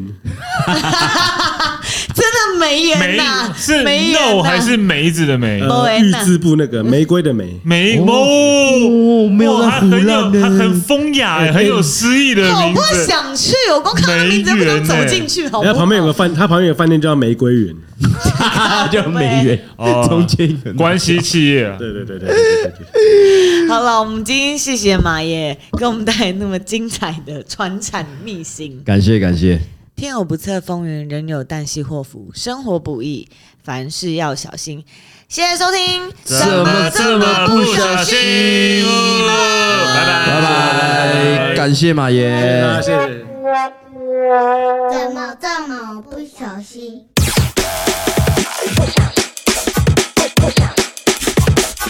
S4: 真的没缘
S5: 梅
S4: 呐，
S5: 是
S4: 没缘
S5: no
S4: 呐
S5: 还是梅子的梅？
S3: 呃，
S4: 梅园啊嗯
S3: 玉
S4: 呐
S3: 字部那个玫瑰的玫，
S5: 梅
S2: 哦
S5: 哦
S2: 哦，没有在胡
S5: 哇它很有
S2: 乱呢
S5: 它很风雅欸，
S3: 哎
S5: 很有诗意的
S4: 我
S5: 名
S4: 不
S5: 字。
S4: 想去，我光看到名字不想走进去，好不
S3: 然哎后
S4: 好？
S3: 旁边有个饭，它旁边有个饭店叫玫瑰园。
S2: 啊就美元
S5: 哦
S2: 中间一个
S5: 关系企业啊，
S3: 对对对对对对对对，
S4: 好了，我们今天谢谢马爷给我们带来那么精彩的传产秘辛。
S2: 感谢感谢，
S4: 天有不测风云，人有旦夕祸福，生活不易，凡事要小心。谢谢收听，
S5: 拜拜
S2: 拜拜，感谢马爷，
S3: 啊谢谢。
S1: 怎么这么不小心？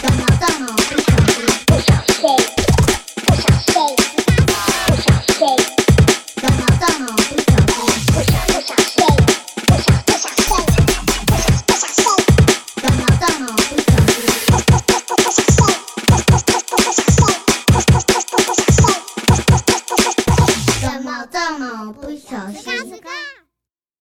S1: 怎么这么不